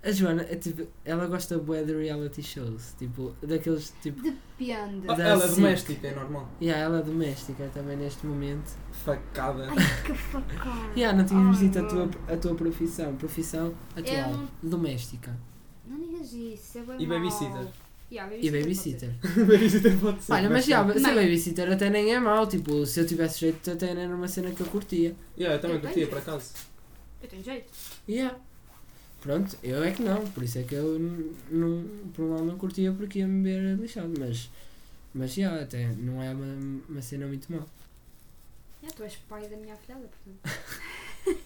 S2: A Joana, é, tipo, ela gosta bué de reality shows, tipo, daqueles tipo.
S3: Depende.
S1: Ah,
S2: Da
S1: ela é
S2: SIC.
S1: doméstica, é normal.
S2: Yeah, ela é doméstica também neste momento.
S1: Facada.
S3: Ai, que facada.
S2: Yeah, não tínhamos
S3: Ai,
S2: dito a
S3: Oh, não.
S2: tua, a tua profissão, profissão atual, doméstica
S3: Não digas isso, é bem
S1: E
S3: mau.
S1: babysitter.
S3: Yeah,
S2: e
S3: babysitter
S2: babysitter.
S1: Mas isto até pode ser.
S2: Olha, mas já,
S1: bastante.
S2: ser
S3: Mãe.
S2: babysitter até nem é mau, tipo, se eu tivesse jeito até era uma cena que eu curtia.
S1: Yeah, eu também
S3: Eu
S1: curtia,
S3: tenho.
S1: por acaso.
S3: pode ser. Eu tenho jeito.
S2: Yeah. Pronto, eu é que não, por isso é que eu n- não, por um lado não curtia porque ia me ver lixado, mas, mas já, até não é uma, uma cena muito má.
S3: Yeah, tu és pai da minha afilhada, portanto.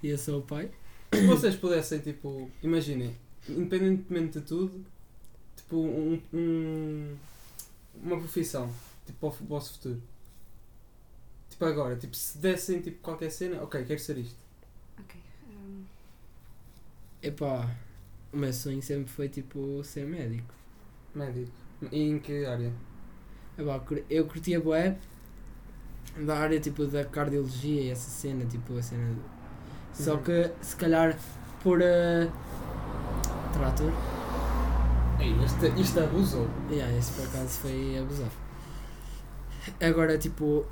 S2: E eu sou o pai.
S1: Se vocês pudessem, tipo, imaginem, independentemente de tudo, tipo, um, um- uma profissão, tipo, para o f- vosso futuro. Tipo, agora, tipo, se dessem, tipo, qualquer cena, ok, quero ser isto.
S3: Ok. hum,
S2: Epá, o meu sonho sempre foi tipo ser médico.
S1: Médico. E em que área?
S2: Epá, cur- eu curtia bué da área tipo da cardiologia e essa cena, tipo a cena. Só
S1: Uhum.
S2: que se calhar por. eh, trator.
S1: Ei, isto, isto abusou.
S2: Yeah, esse por acaso foi abusado. Agora, tipo,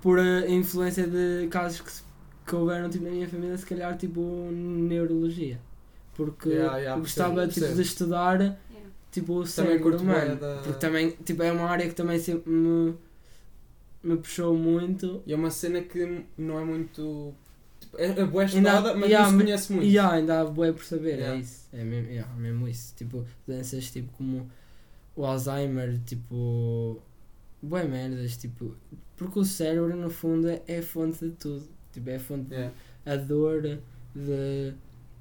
S2: por a influência de casos que, se- que houveram tipo, na minha família, se calhar, tipo, neurologia. Porque
S1: Yeah, yeah,
S2: eu gostava
S1: percebo,
S2: tipo, de
S1: percebo.
S2: estudar
S3: yeah.
S2: tipo, o
S1: Também
S2: cérebro
S1: curto bué
S2: humano.
S1: da-
S2: Porque também tipo, é uma área que também sempre me, me puxou muito.
S1: E é uma cena que não é muito. Tipo, é, é boa
S2: Ainda-
S1: estudada, mas
S2: yeah,
S1: não
S2: mas-
S1: se conhece muito.
S2: E ah, ainda há bué por saber, é
S1: Yeah.
S2: isso. É mesmo, yeah, mesmo isso. Tipo, doenças tipo como o Alzheimer, tipo. Bué merdas, tipo. Porque o cérebro, no fundo, é é a fonte de tudo. Tipo, é a fonte de
S1: Yeah.
S2: a dor, de.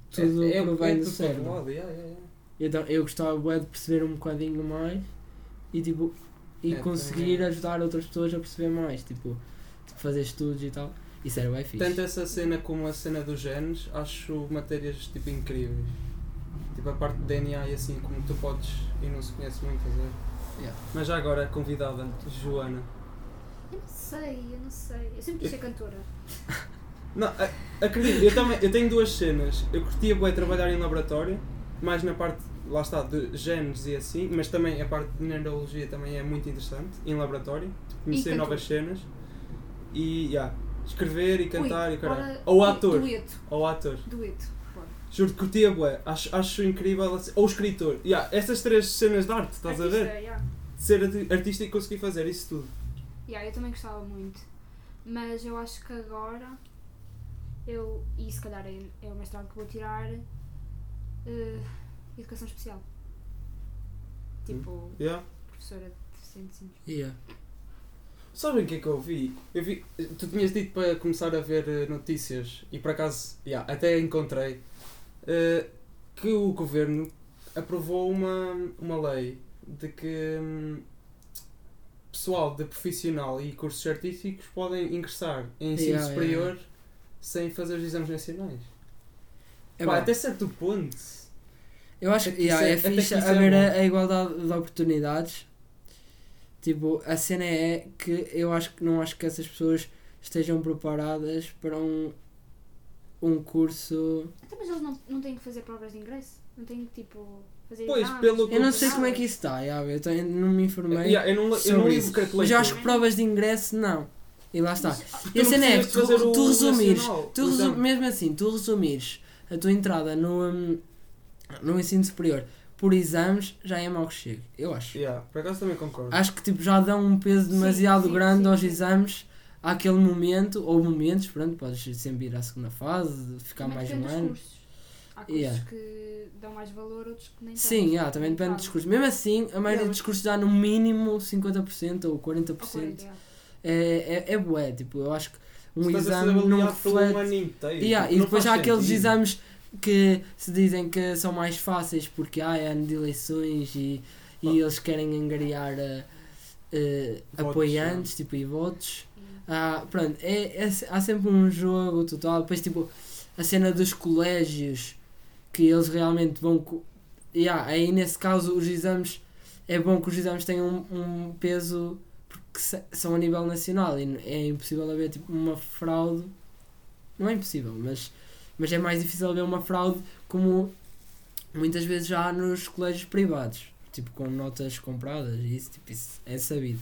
S2: Tudo
S1: é, é,
S2: provém
S1: é
S2: do
S1: tudo
S2: cérebro.
S1: controlado, yeah, yeah, yeah.
S2: Então, eu gostava bué de perceber um bocadinho mais e, tipo, e
S1: É,
S2: conseguir
S1: também.
S2: ajudar outras pessoas a perceber mais, tipo, tipo, fazer estudos e tal. Isso era bem fixe.
S1: Tanto essa cena como a cena dos genes, acho matérias tipo incríveis. Tipo a parte do DNA e assim, como tu podes e não se conhece muito, estás a ver?
S2: Yeah.
S1: Mas já agora, a convidada, Joana.
S3: Eu não sei, eu não sei. Eu sempre quis ser cantora.
S1: Não, a- acredito, eu também eu tenho duas cenas. Eu curtia bem trabalhar em laboratório, mais na parte, lá está, de genes e assim, mas também a parte de neurologia também é muito interessante, em laboratório, tipo, conhecer
S3: cantor.
S1: novas cenas e yeah, escrever e cantar
S3: Ui,
S1: e caralho.
S3: ora-
S1: Ou
S3: ui,
S1: ator,
S3: Dueto,
S1: ou ator.
S3: dueto. Bora.
S1: Juro, curtia bué. Acho, acho incrível. assim- Ou escritor. Yeah, essas três cenas de arte, estás a ver?
S3: Artista, yeah.
S1: Ser arti- artista e conseguir fazer isso tudo.
S3: Yeah, eu também gostava muito. Mas eu acho que agora eu, e se calhar é, é o mestrado que vou tirar, eh, educação especial. Tipo,
S1: Yeah. Hum.
S3: professora de deficientes.
S2: Yeah.
S1: Sabem o que é que eu vi? Eu vi. Tu tinhas dito para começar a ver eh, notícias e por acaso, yeah, até encontrei eh, que o governo aprovou uma, uma lei de que hum, pessoal de profissional e cursos artísticos podem ingressar em ensino
S2: Yeah, yeah,
S1: superior sem fazer os exames nacionais.
S2: É
S1: Pá,
S2: bom.
S1: até certo ponto.
S2: Eu acho
S1: Até
S2: que
S1: que isso
S2: yeah,
S1: é-
S2: é
S1: até
S2: fixe
S1: que isso é
S2: haver a,
S1: bom.
S2: a igualdade de oportunidades. Tipo, a cena é que eu acho que não acho que essas pessoas estejam preparadas para um, um curso.
S3: Até mas eles não, não têm que fazer provas de ingresso? Não têm que, tipo, fazer
S1: Pois,
S3: exames,
S1: pelo que
S2: Eu não sei
S3: nada?
S2: como é que isso está, yeah, eu tenho- não me informei.
S1: Yeah, eu não, le- eu não ligo
S2: sobre isso. Mas eu
S1: calculator.
S2: acho que provas de ingresso não. E lá está.
S3: Mas,
S1: Tu
S2: E a
S1: não
S2: cena é,
S1: precisas
S2: tu,
S1: fazer o
S2: tu resumires,
S1: nacional,
S2: tu
S1: o
S2: resu-
S1: exame.
S2: mesmo assim, tu resumires a tua entrada no, hum, no ensino superior por exames, já é mal que chega, eu acho.
S1: Yeah, por acaso também concordo.
S2: Acho que tipo, já dão um peso
S3: Sim,
S2: demasiado
S3: sim,
S2: grande
S3: sim,
S2: aos
S3: sim.
S2: exames àquele momento, ou momentos, pronto, podes sempre ir à segunda fase, ficar
S3: também
S2: mais um
S3: depende dos
S2: ano.
S3: cursos. Há cursos
S2: Yeah.
S3: que dão mais valor, outros que nem
S2: Sim,
S3: tanto.
S2: yeah, também depende
S3: Claro.
S2: dos cursos. Mesmo assim, a maioria
S3: mas-
S2: dos cursos dá no mínimo 50% ou 40%.
S3: Ou 40, yeah.
S2: É, é, é bué, tipo, eu acho que um
S1: Se estás a ser
S2: exame não
S1: avaliado pelo
S2: reflete.
S1: um ano inteiro,
S2: Yeah,
S1: tipo,
S2: e
S1: não
S2: depois há
S1: faz
S2: aqueles
S1: sentido.
S2: exames que se dizem que são mais fáceis porque há é ano de eleições e, e
S1: Ah.
S2: eles querem angariar eh, eh,
S1: Votos,
S2: apoiantes tipo, e votos.
S3: Yeah.
S2: Ah, pronto, é, é se- há sempre um jogo total. Depois, tipo, a cena dos colégios que eles realmente vão. co- Yeah, aí, nesse caso, os exames. É bom que os exames tenham um, um peso porque se- são a nível nacional e n- é impossível haver tipo, uma fraude. Não é impossível, mas, mas é mais difícil haver uma fraude como muitas vezes já há nos colégios privados, tipo com notas compradas e isso, tipo, isso é sabido.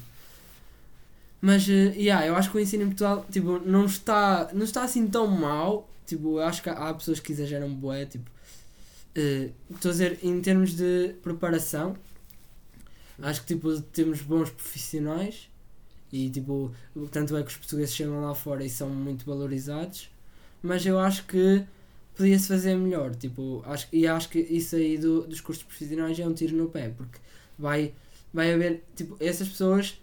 S2: Mas, eh, yeah, eu acho que o ensino em Portugal, tipo, não está, não está assim tão mal, tipo, eu acho que há há pessoas que exageram bué, tipo, eh, estou a dizer, em termos de preparação, acho que, tipo, temos bons profissionais e, tipo, tanto é que os portugueses chegam lá fora e são muito valorizados, mas eu acho que podia-se fazer melhor, tipo, acho, e acho que isso aí do, dos cursos profissionais é um tiro no pé, porque vai, vai haver, tipo, essas pessoas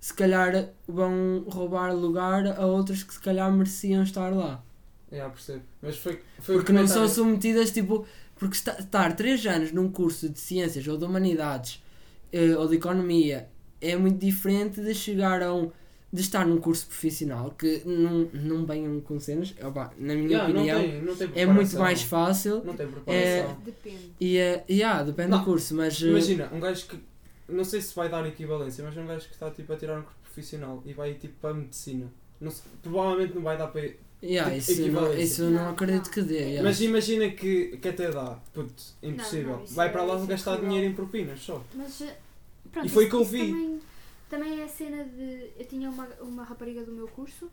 S2: se calhar vão roubar lugar a outras que se calhar mereciam estar lá.
S1: Yeah, percebo. Mas foi, foi o
S2: Porque não são
S1: comentário-
S2: submetidas, tipo, porque esta- estar 3 anos num curso de ciências ou de humanidades eh, ou de economia é muito diferente de chegar a um. de estar num curso profissional que não, não venham com cenas, opá, na minha
S1: Yeah, não
S2: opinião,
S1: tem- não tem
S2: é muito
S1: preparação.
S2: mais fácil. é,
S1: Não tem preparação.
S3: Depende.
S2: E, eh, e ah, depende
S1: Não,
S2: do curso, mas. eh,
S1: Imagina, um gajo que. Não sei se vai dar equivalência, mas é um gajo que está tipo, a tirar um curso profissional e vai tipo para a medicina. Não sei- provavelmente não vai dar para.
S2: yeah,
S1: tipo,
S2: isso, não,
S1: equivalência.
S2: isso eu não
S3: Não,
S2: acredito
S3: não.
S2: que dê. yeah.
S1: Mas imagina que, que até dá. Puto, impossível.
S3: não, isso
S1: vai
S3: é-
S1: para lá
S3: isso é
S1: gastar
S3: horrível.
S1: dinheiro em propinas só.
S3: Mas, eh, pronto,
S1: E foi
S3: isso-
S1: que eu
S3: isso
S1: vi.
S3: Também, também é a cena de. Eu tinha uma, uma rapariga do meu curso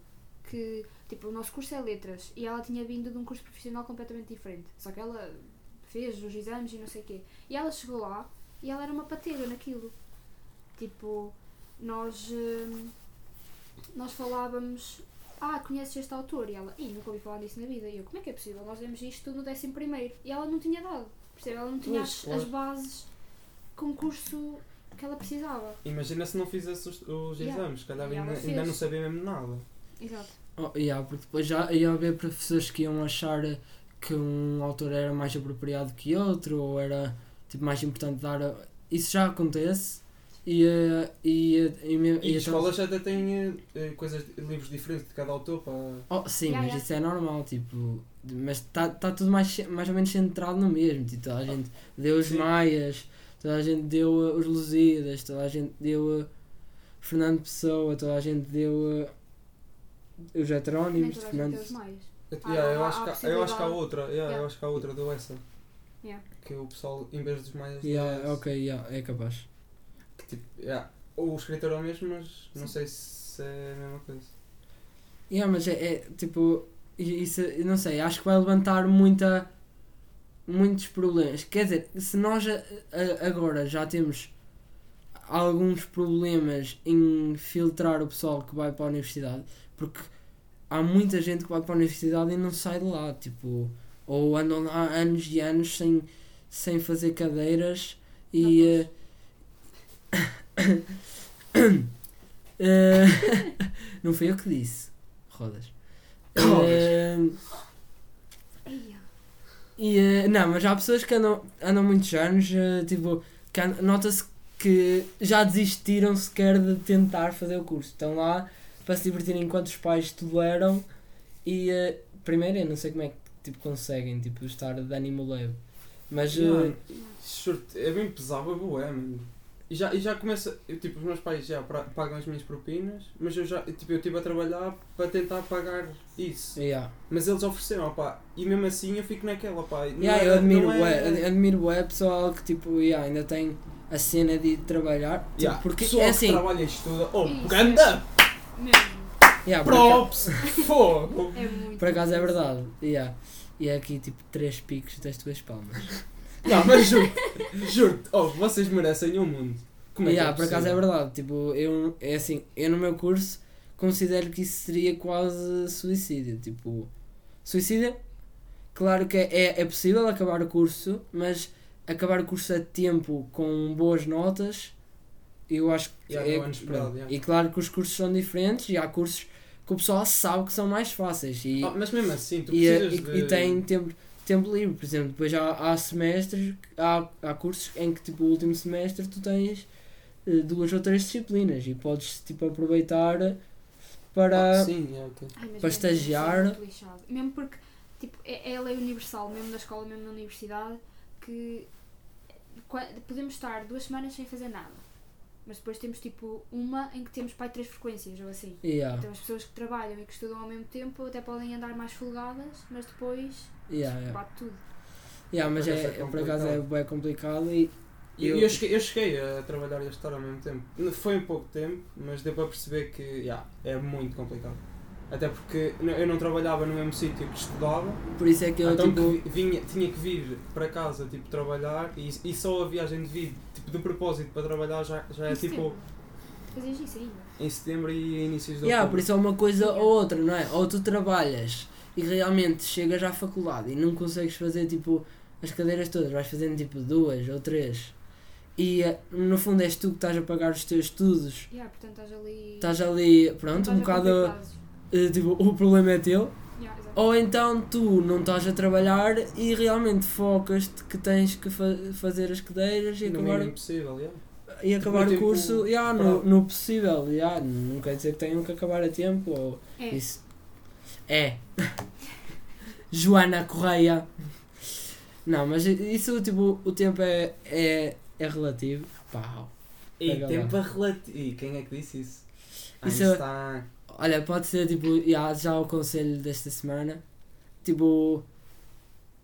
S3: que, tipo, o nosso curso é letras e ela tinha vindo de um curso profissional completamente diferente. Só que ela fez os exames e não sei o quê. E ela chegou lá e ela era uma patega naquilo. Tipo, nós. hum, nós falávamos. Ah, conheces este autor? E ela, ih, nunca ouvi falar disso na vida. E eu, como é que é possível? Nós demos isto tudo no décimo primeiro. E ela não tinha dado, percebe? Ela não tinha
S1: Pois,
S3: as,
S1: claro.
S3: as bases com o curso que ela precisava.
S1: Imagina se não fizesse os, os
S3: Yeah.
S1: exames, se calhar
S3: E ela
S1: ainda,
S3: fez.
S1: ainda não sabia mesmo nada.
S3: Exato.
S2: Oh, yeah, porque depois já ia haver professores que iam achar que um autor era mais apropriado que outro, ou era tipo, mais importante dar. a- Isso já acontece. E, eh, e, eh, e, me-
S1: E,
S2: e
S1: as
S2: então-
S1: escolas até têm eh, eh, coisas, livros diferentes de cada autor
S3: Ah,
S1: para.
S2: Oh, sim,
S3: Yeah,
S2: mas
S3: yeah.
S2: isso é normal, tipo. de- Mas está tá tudo mais, ce- mais ou menos centrado no mesmo. Tipo,
S3: Oh,
S2: toda a gente deu os
S1: Sim.
S2: Maias, toda a gente deu eh, os Lusíadas, toda a gente deu eh, Fernando Pessoa, toda a gente deu eh, os
S3: Nem
S2: Heterónimos,
S3: toda a gente
S2: Fernando.
S3: tem os maios. Ah,
S1: Yeah,
S3: não,
S1: eu,
S3: há-
S1: acho
S3: há
S1: que, há- eu acho que há
S3: possibilidade.
S1: outra, yeah, eu
S3: Yeah.
S1: acho que há outra do essa.
S3: Yeah.
S1: Que o pessoal, em vez dos mais.
S2: Yeah, ok, yeah, é capaz.
S1: Que, tipo, yeah, o escritor é o mesmo, mas não
S3: Sim.
S1: sei se é a mesma coisa.
S2: Yeah, mas é, é, tipo, i- isso, eu não sei, acho que vai levantar muita, muitos problemas. Quer dizer, se nós a- a- agora já temos alguns problemas em filtrar o pessoal que vai para a universidade, porque há muita gente que vai para a universidade e não sai de lá, tipo, ou andam lá anos e anos sem, sem fazer cadeiras
S3: Não
S2: e. eh, Eh, não foi eu que disse. Rodas.
S1: Rodas.
S2: Eh,
S3: Eia.
S2: e, eh, não, mas há pessoas que andam, andam muitos anos, eh, tipo, que an- nota-se que já desistiram sequer de tentar fazer o curso. Estão lá para se divertirem enquanto os pais toleram e eh, primeiro eu não sei como é que tipo, conseguem tipo, estar de ânimo leve. Mas eh,
S1: Mano, surto- é bem pesado, é boé, mano. E já, e já começa, eu, tipo, os meus pais já pra- pagam as minhas propinas, mas eu já, eu, tipo, eu estive a trabalhar para tentar pagar isso.
S2: yeah.
S1: Mas eles ofereceram, pá, e mesmo assim eu fico naquela, pá. não
S2: Yeah,
S1: é-
S2: eu admiro,
S1: não é-
S2: bué, ad- admiro bué pessoal que tipo, yeah, ainda tem a cena de ir trabalhar. Tipo,
S1: Yeah,
S2: porque
S1: pessoal
S2: é
S1: que
S2: assim,
S1: trabalha e estuda, oh,
S3: Isso.
S1: ganda
S3: Mesmo.
S2: yeah, por, acaso,
S1: props, fogo.
S3: É muito.
S2: por acaso é verdade. Yeah. E é aqui tipo três picos das tuas palmas.
S1: Não, mas juro, juro, oh, vocês merecem o mundo. Como é que
S2: yeah,
S1: é
S2: por acaso é
S1: possível?
S2: verdade. Tipo, eu, é assim, eu no meu curso considero que isso seria quase suicídio. Tipo, suicídio, claro que é, é possível acabar o curso, mas acabar o curso a tempo com boas notas, eu acho que
S1: Yeah,
S2: é,
S1: não é inesperado,
S2: pronto.
S1: yeah.
S2: E claro que os cursos são diferentes e há cursos que o pessoal sabe que são mais fáceis e,
S1: Ah, mas mesmo assim, tu
S2: e, eh,
S1: precisas de...
S2: e-
S1: Ah,
S2: e tem tempo, tempo livre, por exemplo, depois há, há semestres, há, há cursos em que tipo o último semestre tu tens eh, duas ou três disciplinas e podes tipo aproveitar para
S1: Ah, sim, é, ok.
S3: Ai, mas
S2: para
S3: mesmo, isso é
S2: estagiar.
S3: muito lixado. Mesmo porque tipo, é, é a lei universal, mesmo na escola, mesmo na universidade, que qua- podemos estar duas semanas sem fazer nada. Mas depois temos tipo uma em que temos pai três frequências ou assim.
S2: Yeah,
S3: Então as pessoas que trabalham e que estudam ao mesmo tempo até podem andar mais folgadas, mas depois
S2: yeah, yeah.
S3: bate tudo.
S2: Yeah, mas
S1: Por acaso
S2: é,
S1: é
S2: por acaso é
S1: complicado.
S2: bem complicado e
S1: E
S2: Eu-
S1: eu, cheguei, eu cheguei a trabalhar e a estar ao mesmo tempo. N- Foi um pouco tempo, mas deu para perceber que yeah, é muito complicado. Até porque n- eu não trabalhava no mesmo sítio que estudava,
S2: por isso é que eu
S1: então
S2: tipo,
S1: que vi- vinha, tinha que vir para casa tipo, trabalhar e, e só a viagem de vir tipo, de propósito para trabalhar já, já é
S3: Em
S1: tipo
S3: setembro. Fazias é isso ainda.
S1: em setembro e inícios de
S2: Yeah, por
S1: outubro.
S2: isso é uma coisa ou outra, não é? Ou tu trabalhas e realmente chegas à faculdade e não consegues fazer tipo as cadeiras todas, vais fazendo tipo duas ou três. E eh, no fundo és tu que estás a pagar os teus estudos.
S3: Yeah, portanto estás ali.
S2: Estás ali, pronto,
S3: estás
S2: um
S3: a cumprir
S2: bocado
S3: prazos.
S2: eh, tipo, o problema é teu.
S3: Yeah, exato.
S2: Ou então tu não estás a trabalhar e realmente focas-te que tens que fa- fazer as cadeiras e
S1: no
S2: acabar
S1: mínimo possível, yeah.
S2: e acabar
S1: No
S2: o
S1: tempo
S2: curso yeah, no,
S1: parado.
S2: no possível. Yeah, não quer dizer que tenham que acabar a tempo. Ou
S3: É.
S2: Oh, isso. É. Joana Correia. Não, mas isso, tipo, o tempo é, é, é relativo. Pau.
S1: E
S2: Pega
S1: tempo a relativo. E quem é que disse isso?
S2: Isso é-
S1: Einstein.
S2: Olha, pode ser, tipo, já, já o conselho desta semana. Tipo,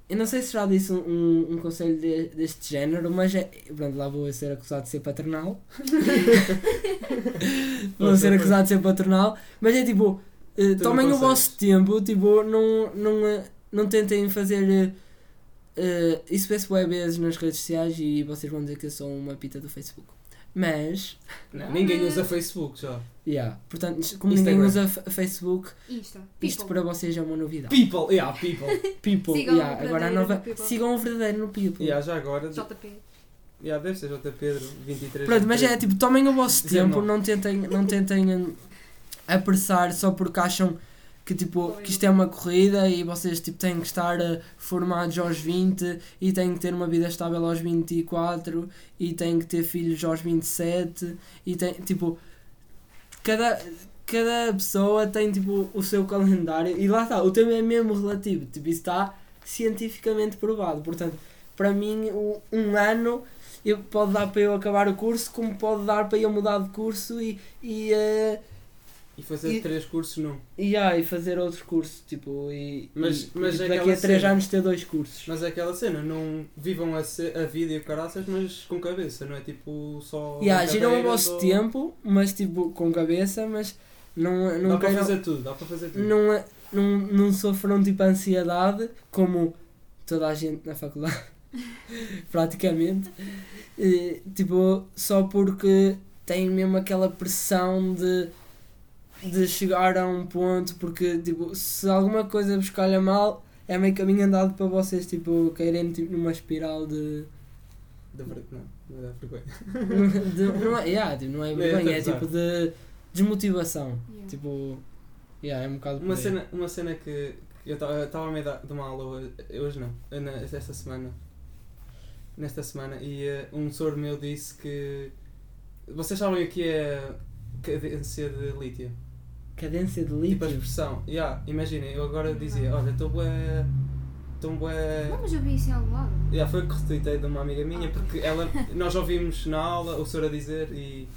S2: eu não sei se já disse um, um, um conselho de- deste género, mas é. Pronto, lá vou eu ser acusado de ser paternal. vou
S1: Pois,
S2: ser
S1: pois.
S2: acusado de ser paternal. Mas é tipo, eh, tomem o
S1: consegues.
S2: vosso tempo, tipo, não, não, eh, não tentem fazer. eh, eh, isso peço web vezes nas redes sociais e vocês vão dizer que eu sou uma pita do Facebook. Mas,
S1: Não, ninguém usa Facebook já.
S2: yeah, portanto, como ninguém
S1: Instagram.
S2: usa F- Facebook,
S3: Insta.
S2: isto
S3: People.
S2: para vocês é uma novidade.
S1: People, yeah, people.
S2: People,
S3: Sigam
S2: yeah,
S3: o verdadeiro
S2: agora a nova.
S3: no People.
S2: Sigam o verdadeiro no People.
S1: yeah, já agora.
S3: JP.
S1: Yeah, deve ser J. Pedro, 23.
S2: Pronto, mas é tipo, tomem o vosso
S1: Dezenove.
S2: tempo, não tentem, não tentem hum, apressar só porque acham que, tipo,
S3: Pois.
S2: que isto é uma corrida e vocês tipo, têm que estar eh, formados aos 20 e têm que ter uma vida estável aos 24 e têm que ter filhos aos 27 e tem tipo cada cada pessoa tem tipo o seu calendário e lá está, o tema é mesmo relativo, tipo, isso está cientificamente provado. Portanto, para mim o- um ano eu, pode dar para eu acabar o curso, como pode dar para eu mudar de curso e, e, eh,
S1: E fazer
S2: E-
S1: três cursos não.
S2: e, ah, e fazer outros cursos, tipo, e,
S1: Mas-
S2: e-
S1: mas
S2: e
S1: é
S2: daqui
S1: aquela
S2: a três
S1: cena.
S2: anos ter dois cursos.
S1: Mas é aquela cena, não vivam a, ce- a vida e o caraças, mas com cabeça, não é tipo só.
S2: e ah, giram o
S1: cadeiras
S2: vosso
S1: ou-
S2: tempo, mas tipo, com cabeça, mas não, é-
S1: Dá
S2: não
S1: para
S2: queiram-
S1: fazer tudo, dá para fazer tudo.
S2: não, é- não, não sofram tipo ansiedade como toda a gente na faculdade, praticamente. Eh, tipo, só porque têm mesmo aquela pressão de, de chegar a um ponto, porque tipo, se alguma coisa vos calha mal, é meio caminho andado para vocês tipo, caírem tipo, numa espiral de.
S1: De ver- Não, não dá vergonha.
S2: de- não, é, yeah, tipo, não é
S1: É,
S2: vergonha, é
S1: estamos a-
S2: tipo de. desmotivação.
S3: Yeah.
S2: Tipo, yeah, é um bocado.
S1: Uma
S2: por aí.
S1: cena, uma cena que que eu estava a meio da- de uma aula hoje, hoje não, eh, na- esta semana. Nesta semana, e eh, um senhor meu disse que. Vocês sabem o que é cadência de lítio?
S2: Cadência de
S1: Tipo a
S2: lítio.
S1: expressão. Yeah, Imagina, eu agora
S3: Não.
S1: dizia: Olha, estou bué. Estou bué.
S3: Não, mas eu vi isso em algum lado.
S1: Yeah, foi o que retuitei de uma amiga minha,
S3: Ah.
S1: porque ela, nós ouvimos na aula o senhor a dizer e.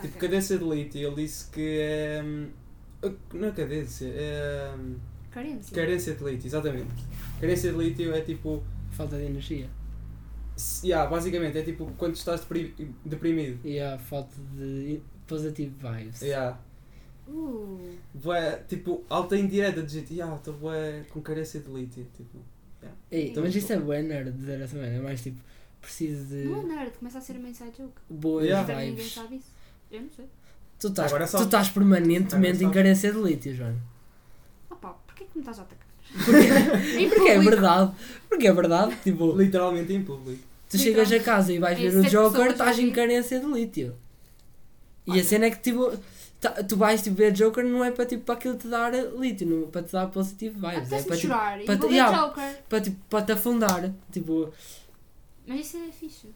S1: Tipo,
S3: Ok.
S1: cadência de lítio, ele disse que é. hum, Não é cadência, é. hum,
S3: Carência.
S1: Carência de lítio, exatamente. Carência de lítio é tipo.
S2: Falta de energia.
S1: se- Yeah, basicamente, é tipo quando estás depri- deprimido.
S2: E a falta de positive vibes.
S1: Yeah.
S3: Uh,
S1: Bué, tipo, alta indireta de gente. Yeah, estou bué com carência de lítio. Tipo.
S2: Ei,
S3: Então,
S2: mas isso é bué nerd dizer essa merda. É mais tipo, preciso de
S3: não é nerd, começa a ser uma inside joke.
S2: boas
S1: Yeah.
S3: Para mim, ninguém
S2: vibes.
S3: sabe isso. é Eu não sei.
S2: Tu estás,
S1: Agora é só-
S2: tu estás permanentemente
S1: Agora é só-
S2: em carência de lítio, João.
S3: Opa, porquê que me estás a atacar?
S2: Porque,
S3: Em
S2: porque é
S3: público.
S2: verdade. Porque é verdade. Tipo,
S1: Literalmente em público.
S2: tu chegas a casa e vais
S3: É
S2: ver o
S3: sete
S2: Joker,
S3: pessoas
S2: estás em
S3: ali.
S2: carência de lítio. E
S3: Olha.
S2: a cena é que tipo, tá- tu vais tipo, ver Joker não é para tipo, para aquilo te dar lítio, não, para te dar positive vibes. É
S3: Ah, Apetece-me
S2: para, tipo,
S3: chorar.
S2: para
S3: e
S2: te-
S3: vou ver
S2: yeah.
S3: Joker.
S2: para, tipo, para te afundar. Tipo,
S3: Mas isso é fixe.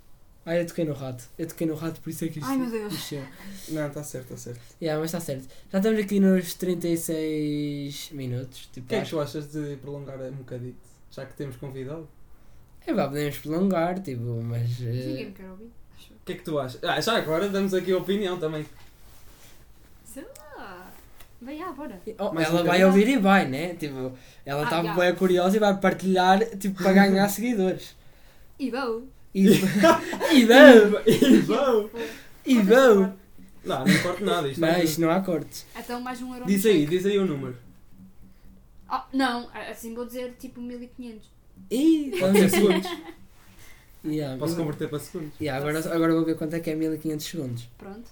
S2: ai eu toquei no rato. Eu toquei no rato, por isso é que isto
S3: Ai, meu Deus.
S2: mexeu.
S1: Não, está certo, está certo.
S2: Yeah, mas está certo. Já estamos aqui nos 36 minutos. Tipo,
S1: O que é que
S2: acho-
S1: tu achas de prolongar um bocadito? Já que temos convidado.
S2: É, vá, podemos prolongar, tipo, mas.
S3: Mas
S2: eh,
S3: ninguém me quer ouvir. Acho eu.
S1: O que é que tu achas? Ah, já agora damos aqui a opinião também.
S3: Sei lá. Vai, ah, bora.
S2: Oh,
S1: Mais
S2: ela
S1: um
S2: vai
S1: bocadinho.
S2: ouvir e vai, né? Tipo, ela
S3: Ah,
S2: está
S3: já.
S2: bem curiosa e vai partilhar, tipo, para ganhar seguidores.
S3: E vou.
S2: E, e vão!
S1: E vão!
S3: Vou.
S2: E
S3: Corta essa
S2: vão!
S3: parte.
S1: Não, não importa nada. Isto
S2: Não,
S1: é-
S2: isto não há cortes.
S3: Então mais um euro.
S1: Diz
S3: no
S1: aí,
S3: cheque.
S1: diz aí o número.
S3: Ah, não, assim vou dizer tipo 1500.
S2: E
S1: Pode ser segundos.
S2: yeah,
S1: Posso
S2: mas-
S1: converter para segundos.
S2: yeah, agora, agora vou ver quanto é que é 1500 segundos.
S3: Pronto.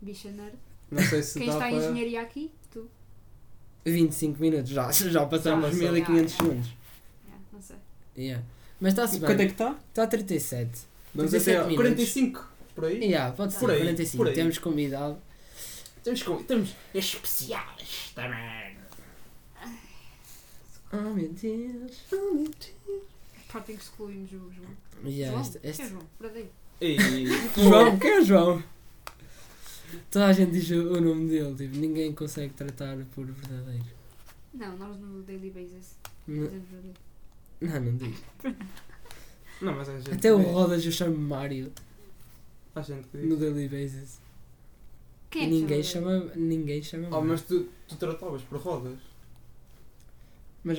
S3: Bicha nerd.
S1: Não sei se
S3: Quem
S1: dá
S3: está em
S1: para...
S3: engenharia aqui, tu.
S2: 25 minutos, já, já passamos
S1: Já, já.
S2: 1500
S3: Já, já.
S2: segundos.
S3: Ah, não sei.
S2: Yeah. Mas está-se
S1: Quanto é
S2: bem. Tá
S1: que está?
S2: Está a 37.
S1: Vamos
S2: 37
S1: até ao-
S2: minutos.
S1: 45, por aí.
S2: Yeah, pode ser,
S1: Por aí,
S2: 45.
S1: por aí.
S2: Temos convidado.
S1: Temos, com- temos
S4: especiais também.
S2: Oh meu Deus.
S3: Pronto, em que excluímos o João.
S2: Yeah,
S3: João?
S2: este- este-
S3: Quem é João? Por aí.
S1: E...
S2: João? Quem é João? Toda a gente diz o o nome dele, tipo, ninguém consegue tratar por verdadeiro.
S3: Não, nós no Daily Basis.
S2: N-
S3: dizemos verdadeiro.
S2: Não, não digo.
S1: Não, mas há gente é.
S2: Até o
S1: que-
S2: Rodas eu chamo Mário
S1: Há gente que
S2: no
S1: diz.
S2: Daily Basis.
S3: Quem é que
S2: ninguém
S3: chama?
S2: chama, ninguém chama
S1: Oh,
S2: Mário.
S1: mas
S2: Mas...
S1: tu, tu tratavas por rodas.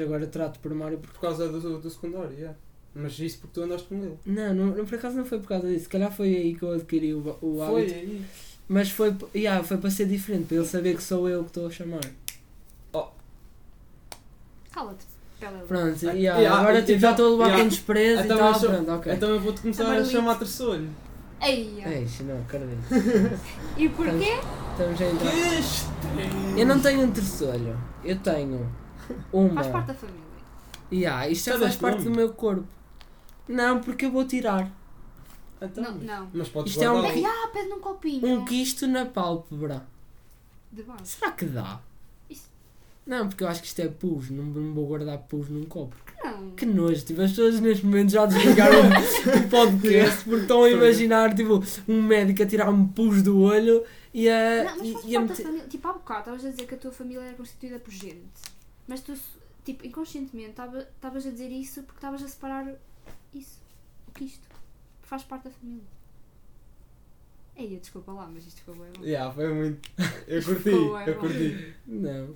S2: agora eu trato por Mário porque.
S1: Por causa do, do secundário, yeah. Mas isso porque tu andaste com ele.
S2: Não, não, não, por acaso não foi por causa disso. Se calhar foi aí que eu adquiri o, o
S1: Foi
S2: hábito.
S1: aí.
S2: Mas foi, p- yeah, foi para ser diferente, para ele saber que sou eu que estou a chamar.
S3: Cala-te. Pela
S2: Pronto,
S1: Ah,
S2: yeah,
S1: yeah,
S2: agora
S1: e-
S2: tipo, já estou a levar
S1: yeah.
S2: com desprezo
S1: Então
S2: e tal.
S1: eu sou-
S2: Pronto, ok.
S1: Então eu vou-te começar a
S3: Amarelito.
S1: chamar terceiro.
S3: Ei,
S2: É isso, não, acredito.
S3: E porquê?
S2: Estamos a entrar.
S1: Este!
S2: Eu não tenho um terceiro. Eu tenho uma.
S3: Faz parte da família.
S2: Yeah, isto já
S1: Já
S2: faz
S1: Então, deste
S2: parte
S1: nome?
S2: do meu corpo. Não, porque eu vou tirar
S1: Então.
S3: Não, não.
S1: Mas podes
S2: Isto é um-
S1: guardá-lo.
S3: Pede, ah, pede num copinho.
S2: um quisto na pálpebra.
S3: De baixo.
S2: Será que dá?
S3: Isso-
S2: Não, porque eu acho que isto é pus. Não, não vou guardar pus num copo.
S3: Não.
S2: Que nojo. Tipo, as pessoas neste momento já desligaram o podcast porque estão a imaginar tipo, um médico a tirar um pus do olho e a.
S3: Não, mas faz
S2: e- e a
S3: parte da
S2: meter-
S3: família. Tipo, há bocado estavas a dizer que a tua família era constituída por gente. Mas tu, tipo, inconscientemente estava- estavas a dizer isso porque estavas a separar isso. O que isto. Faz parte da família. Ei, desculpa lá, mas isto ficou bem bom.
S1: Yeah, foi muito. Eu curti,
S3: Ficou, é
S1: eu
S3: bom.
S1: curti.
S2: Não.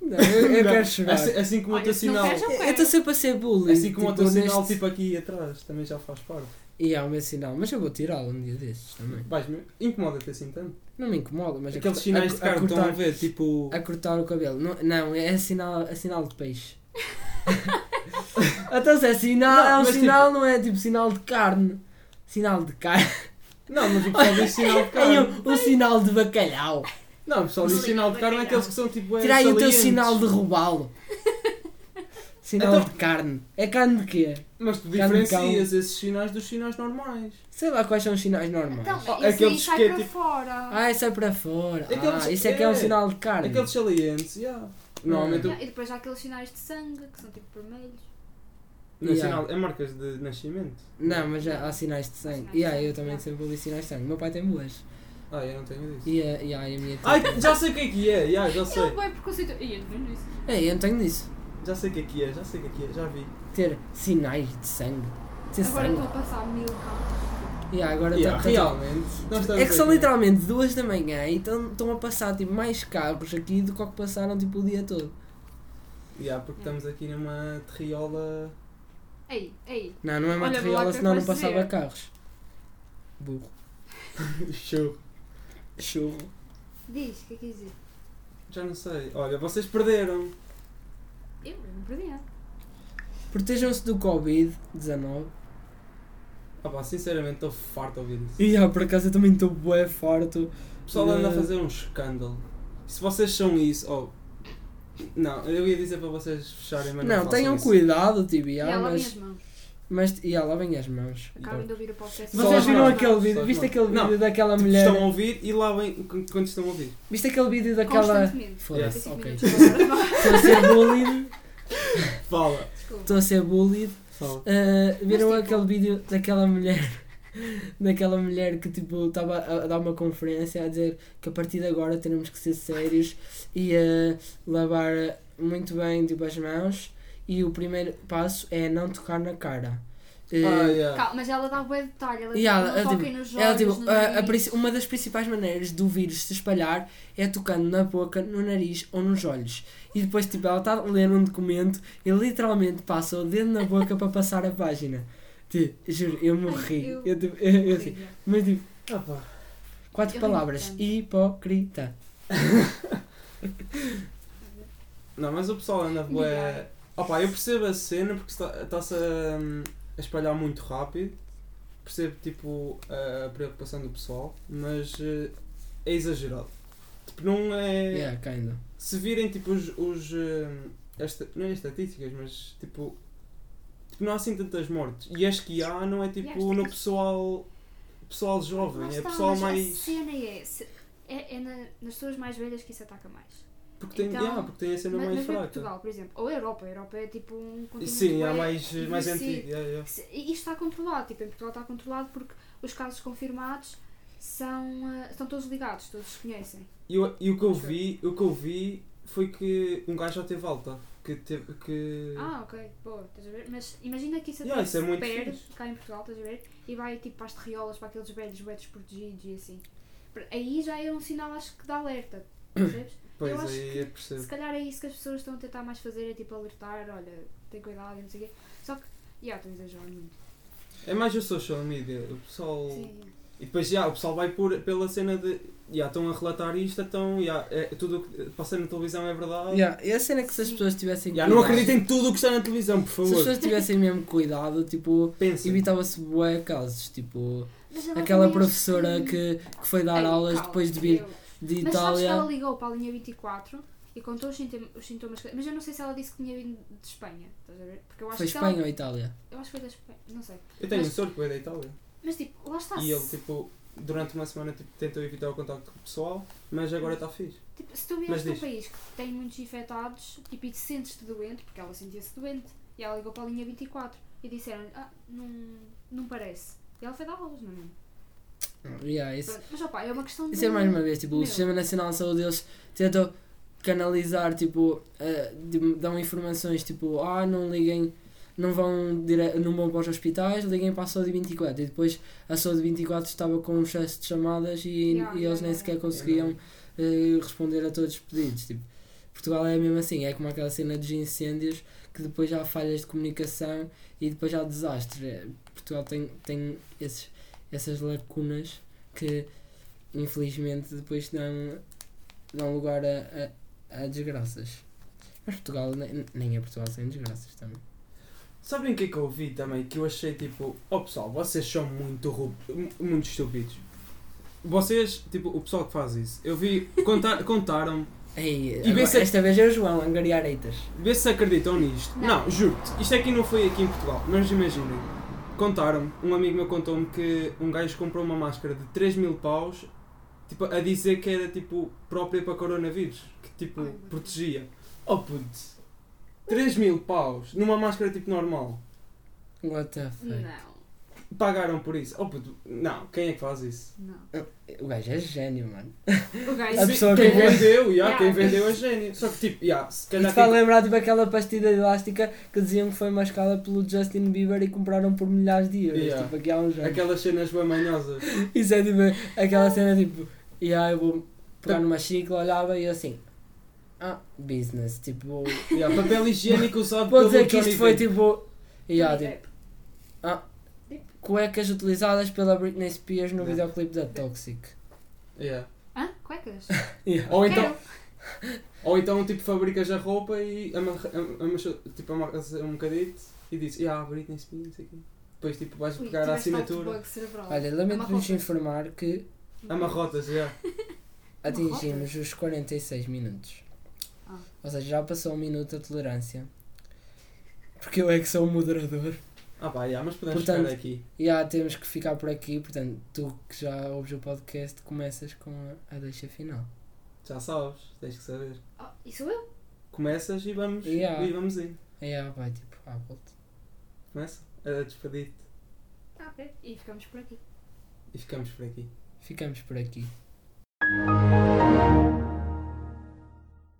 S2: Não, eu, eu
S1: Não,
S2: quero chorar.
S1: Assim, assim como o
S3: Olha,
S1: teu
S3: se não
S1: sinal.
S3: queres, eu
S2: Eu
S3: quero.
S2: estou sempre a ser bullying.
S1: Assim como o teu
S2: neste-
S1: sinal, tipo aqui atrás, também já faz parte.
S2: E há o meu sinal, mas eu vou tirá-lo um dia desses também.
S1: Vais, me- incomoda-te assim tanto.
S2: Não me incomoda, mas a
S1: Aqueles
S2: corta-
S1: sinais
S2: a-
S1: de carro
S2: a
S1: que estão a
S2: cortar,
S1: ver, tipo.
S2: a cortar o cabelo. Não, não, é sinal, é sinal de peixe. então se é sinal,
S1: Não,
S2: é um
S1: mas
S2: sinal, não é tipo sinal de carne. Sinal de carne.
S1: Não, mas o pessoal diz sinal de
S2: Aí
S1: carro.
S2: o, o sinal de bacalhau.
S1: Não, o pessoal diz
S3: Liga
S1: sinal de
S3: para
S1: carro é
S3: quem
S1: aqueles
S3: não.
S1: que são tipo. é,
S2: Tira aí o teu
S1: salientes.
S2: sinal de robalo. Sinal
S1: Então-
S2: de carne. É carne de quê?
S1: Mas tu
S2: Carne de cão.
S1: diferencias esses sinais dos sinais normais.
S2: Sei lá quais são os sinais normais.
S3: Então,
S1: Ah,
S3: isso aí
S1: aqueles
S3: sai
S1: que é
S3: para
S1: tipo-
S3: fora.
S2: ah, isso é para fora.
S1: Aqueles-
S2: ah, isso é que é um
S1: é.
S2: sinal de carne.
S1: Aqueles salientes, yeah. normalmente
S3: Não, e depois há aqueles sinais de sangue que são tipo vermelhos.
S1: o- no
S2: Yeah.
S1: sinal- é marcas de nascimento.
S2: Não, mas já há sinais de
S3: Sinais
S2: sangue.
S3: de
S2: E yeah,
S3: sangue,
S2: eu também
S3: yeah.
S2: sempre ouvi sinais de sangue. Meu pai tem boas.
S1: Ah, eu não tenho disso.
S2: E a, e a, e a minha tia.
S1: Ai,
S2: tem.
S1: já sei o que é que é, yeah, já
S3: Ele
S1: sei.
S3: vai um preconceito. Ih, eu não isso.
S2: Ei, eu não tenho disso.
S1: Já sei o que é que é, já sei o que é que é, já vi.
S2: Ter sinais de sangue. Ter
S3: Agora estou
S2: sangue.
S3: a passar mil cartas.
S2: E yeah, agora
S1: Yeah,
S2: tá- tá-
S1: realmente. nós estamos
S2: É que são
S1: aqui.
S2: literalmente duas da manhã e estão a passar tipo, mais carros aqui do que o que passaram tipo, o dia todo.
S1: Yeah, porque estamos aqui numa terriola.
S3: Ei, ei.
S2: Não, não é
S3: Olha, vou lá
S2: material,
S3: ver
S2: senão não
S3: quais
S2: passava
S3: dizer.
S2: carros. Burro.
S1: Show.
S2: Churro.
S3: Diz, o que é que quer dizer?
S1: Já não sei. Olha, vocês perderam.
S3: Eu não perdi nada.
S2: Protejam-se do Covid-19.
S1: Ah pá, sinceramente estou farto de ouvir isso.
S2: E ah, por acaso eu também estou bué farto.
S1: O pessoal anda a
S2: Eh.
S1: fazer um escândalo. E se vocês são isso. Oh, não, eu ia dizer para vocês fecharem, mas não,
S2: não, tenham
S1: cuidado.
S2: cuidado, tipo,
S3: E
S2: e ah,
S3: ela
S2: mas,
S3: mesma.
S2: mas e ah, lavem as mãos.
S3: Acabem de ouvir o podcast.
S1: Só
S2: Vocês
S1: as
S2: viram
S1: mãos,
S2: aquele
S1: só
S2: vídeo?
S1: as
S2: Viste
S1: mãos.
S2: aquele
S1: Não,
S2: vídeo daquela
S1: Tipo,
S2: mulher?
S1: estão a ouvir e lá vem quando quando estão a ouvir.
S2: Viste aquele vídeo daquela.
S3: Constantemente.
S2: Foda-se,
S3: Cinco
S2: ok.
S3: minutos por hora.
S2: Estou a ser bullied.
S1: Fala,
S3: Desculpa.
S2: Estou a ser bullied.
S1: fala.
S2: Ah, viram
S3: Mas, tipo-
S2: aquele vídeo daquela mulher daquela mulher que tipo estava a a dar uma conferência a dizer que a partir de agora teremos que ser sérios e ah, lavar muito bem tipo, as mãos e o primeiro passo é não tocar na cara.
S1: Ah,
S2: Ah,
S1: yeah.
S3: Calma, mas ela dá um bom detalhe. Ela
S2: E ela-
S3: não
S2: ela,
S3: toquem
S2: tipo,
S3: nos olhos,
S2: ela, tipo,
S3: no
S2: a- a
S3: nariz.
S2: princi- uma das principais maneiras do vírus se espalhar é tocando na boca, no nariz ou nos olhos. E depois, tipo, ela está a ler um documento e literalmente passa o dedo na boca para passar a página. Tipo, juro, eu morri.
S3: Ai,
S2: eu,
S3: eu-
S2: tipo, eu- eu, tipo,
S3: Horrível.
S2: mas, tipo,
S1: Ah, pá.
S2: quatro
S3: Eu ri
S2: palavras:
S3: tanto.
S2: hipócrita.
S1: Não, mas o pessoal anda bué. Ah, pá, eu percebo a cena porque está- está-se a, hum, a espalhar muito rápido. Percebo tipo a a preocupação do pessoal, mas eh, é exagerado. Tipo, não é.
S2: Yeah, kinda.
S1: se virem tipo os, os hum, esta, não é estatísticas, mas tipo, tipo, não há assim tantas mortes. E as que há não é tipo
S3: E as que-
S1: no pessoal pessoal jovem,
S3: Lá
S1: é
S3: está,
S1: pessoal
S3: mas A
S1: mais
S3: cena é. se- É, é na- nas pessoas mais velhas que isso ataca mais.
S1: porque tem,
S3: Então,
S1: yeah, porque tem a cena
S3: mas
S1: mais
S3: mas mesmo
S1: fraca.
S3: Portugal, por exemplo. Ou a Europa. A Europa é tipo um continente.
S1: Sim, há
S3: bué
S1: mais, mais
S3: envelhecido.
S1: antigo. é. yeah, yeah.
S3: Se- e Isto está controlado, tipo, em Portugal está controlado porque os casos confirmados são, ah, são todos ligados, todos se conhecem.
S1: E, o- e o que eu vi, o que eu vi foi que um gajo já teve alta, que teve que
S3: Ah, ok, boa, estás a ver? Mas imagina que isso até
S1: Yeah, isso é
S3: se
S1: muito
S3: perde
S1: fixe.
S3: cá em Portugal, estás a ver? E vai tipo para as terriolas, para aqueles velhos betos protegidos e assim. Pra- Aí já é um sinal, acho que, de alerta, percebes?
S1: pois
S3: eu acho
S1: aí
S3: que
S1: eu percebo.
S3: Se calhar é isso que as pessoas estão a tentar mais fazer, é tipo alertar, olha, tem cuidado e não sei o quê. Só que, já, estou a exagerar muito.
S1: É mais o social media, o pessoal
S3: Sim,
S1: E depois, já, o pessoal vai por, pela cena de. Já estão a relatar isto, então. Já, é, tudo o que passa na televisão é verdade.
S2: Yeah, e a cena é que se as pessoas tivessem.
S1: Já, não
S2: cuidado-
S1: acreditem em tudo o que está na televisão, por
S2: Se as
S1: favor.
S2: pessoas tivessem mesmo cuidado, tipo,
S1: Pensem.
S2: evitava-se bué casos. Tipo,
S3: Mas ela
S2: aquela
S3: também acho
S2: professora que, que foi dar
S3: Ei,
S2: aulas
S3: calma,
S2: depois de vir
S3: eu-
S2: de
S3: Mas sabes que ela
S2: Itália.
S3: ligou para a linha 24 e contou os sintom- os sintomas, que- Mas eu não sei se ela disse que tinha vindo de Espanha, estás a ver? Porque eu acho
S2: Foi
S3: que
S2: Espanha
S3: ela.
S2: ou Itália?
S3: Eu acho que foi da Espanha, não sei.
S1: Eu tenho um
S3: Mas-
S1: senhor que veio da Itália.
S3: Mas tipo, lá está.
S1: E ele,
S3: se-
S1: tipo, durante uma semana tipo, tentou evitar o contacto com o pessoal, mas agora está fixe.
S3: tipo, se tu vieres
S1: Mas
S3: de um
S1: diz.
S3: país que tem muitos infectados tipo, e te sentes-te doente, porque ela sentia-se doente, e ela ligou para a linha 24 e disseram ah, não, não parece. E ela foi dar aulas, não é? mesmo?
S2: Yeah, isso,
S3: Pronto, Mas opá, é uma questão de.
S2: isso é mais uma vez, tipo, o
S3: Meu.
S2: Sistema Nacional de Saúde eles tentam canalizar, tipo, eh, de- dão informações tipo, ah, não liguem, não vão, dire... não vão para os hospitais, liguem para a Saúde 24. E depois a Saúde 24 estava com um excesso de chamadas e,
S3: Yeah,
S2: e eles
S3: yeah,
S2: nem
S3: yeah.
S2: sequer conseguiam
S1: É
S2: eh, responder a todos os pedidos. Tipo, Portugal é mesmo assim, é como aquela cena dos incêndios que depois há falhas de comunicação e depois há desastre. É, Portugal tem, tem esses, essas lacunas que infelizmente depois dão, dão lugar a, a, a desgraças. Mas Portugal ne- nem é Portugal sem desgraças também.
S1: Sabem o que é que eu ouvi também? Que eu achei tipo, oh pessoal, vocês são muito ru- mu- muito estúpidos. Vocês, tipo, o pessoal que faz isso, eu vi, contar, contaram
S2: Ei,
S1: E vê se-
S2: agora- esta vez é o João, a angariar eitas.
S1: Vê se acreditam nisto. Não,
S3: Não.
S1: juro-te, isto aqui não foi aqui em Portugal, mas imaginem. Contaram-me, um amigo meu contou-me que um gajo comprou uma máscara de 3 mil paus tipo, a dizer que era tipo própria para coronavírus, que tipo
S3: Ai, meu
S1: protegia. Oh puto, 3 mil paus numa máscara tipo normal.
S2: What the fuck?
S3: Não,
S1: Pagaram por isso. Oh puto, não, quem é que faz isso?
S3: não.
S2: O gajo é gênio, mano.
S3: O gajo um-
S2: A
S1: Sim,
S2: pessoa
S1: quem
S2: que-
S1: vendeu, yeah,
S3: Yeah.
S1: quem vendeu é gênio. Só que tipo, yeah, se calhar.
S2: Isto faz
S1: quem-
S2: lembrar tipo aquela pastilha elástica que diziam que foi mascada pelo Justin Bieber e compraram por milhares de euros.
S1: Yeah.
S2: Tipo, aqui há uns anos.
S1: Aquelas cenas bem manhosas.
S2: Isso é tipo aquela cena tipo, e aí eu vou pegar numa chicla, olhava e eu assim. Ah, business. Tipo,
S1: Yeah, papel higiênico usado
S2: vou
S1: pelo
S2: dizer que
S1: Johnny
S2: isto foi
S1: Depp.
S2: tipo. E aí, tipo,
S3: Depp.
S2: cuecas utilizadas pela Britney Spears no
S1: Não.
S2: videoclipe da Toxic.
S1: Yeah.
S3: Hã? Cuecas?
S2: Yeah.
S1: Ou então, Ou então, tipo, fabricas a roupa e amarra, am- amacha- tipo, amarras um bocadito e dizes, yeah, Britney Spears, não sei o quê. Depois, tipo, vais
S3: Ui,
S1: pegar a
S3: tiveste
S1: assinatura.
S3: autobug cerebral.
S2: Olha,
S3: É uma
S2: lamento nos
S3: roupa.
S2: informar que
S1: Amarrotas, yeah.
S2: atingimos os 46 minutos.
S3: Ah.
S2: Ou seja, já passou um minuto a tolerância. Porque eu é que sou o moderador.
S1: Ah pá, yeah, mas podemos
S2: Portanto,
S1: ficar aqui.
S2: E há, temos que ficar por aqui. Portanto, tu que já ouves o podcast, começas com a, a deixa final.
S1: Já sabes, tens que saber.
S3: Ah, e sou eu?
S1: Começas e vamos,
S2: Yeah.
S1: e vamos indo.
S2: E há, vai tipo, à volta.
S1: Começa a despedir-te
S3: Ah, ok. E ficamos por aqui.
S1: e ficamos por aqui.
S2: Ficamos por aqui.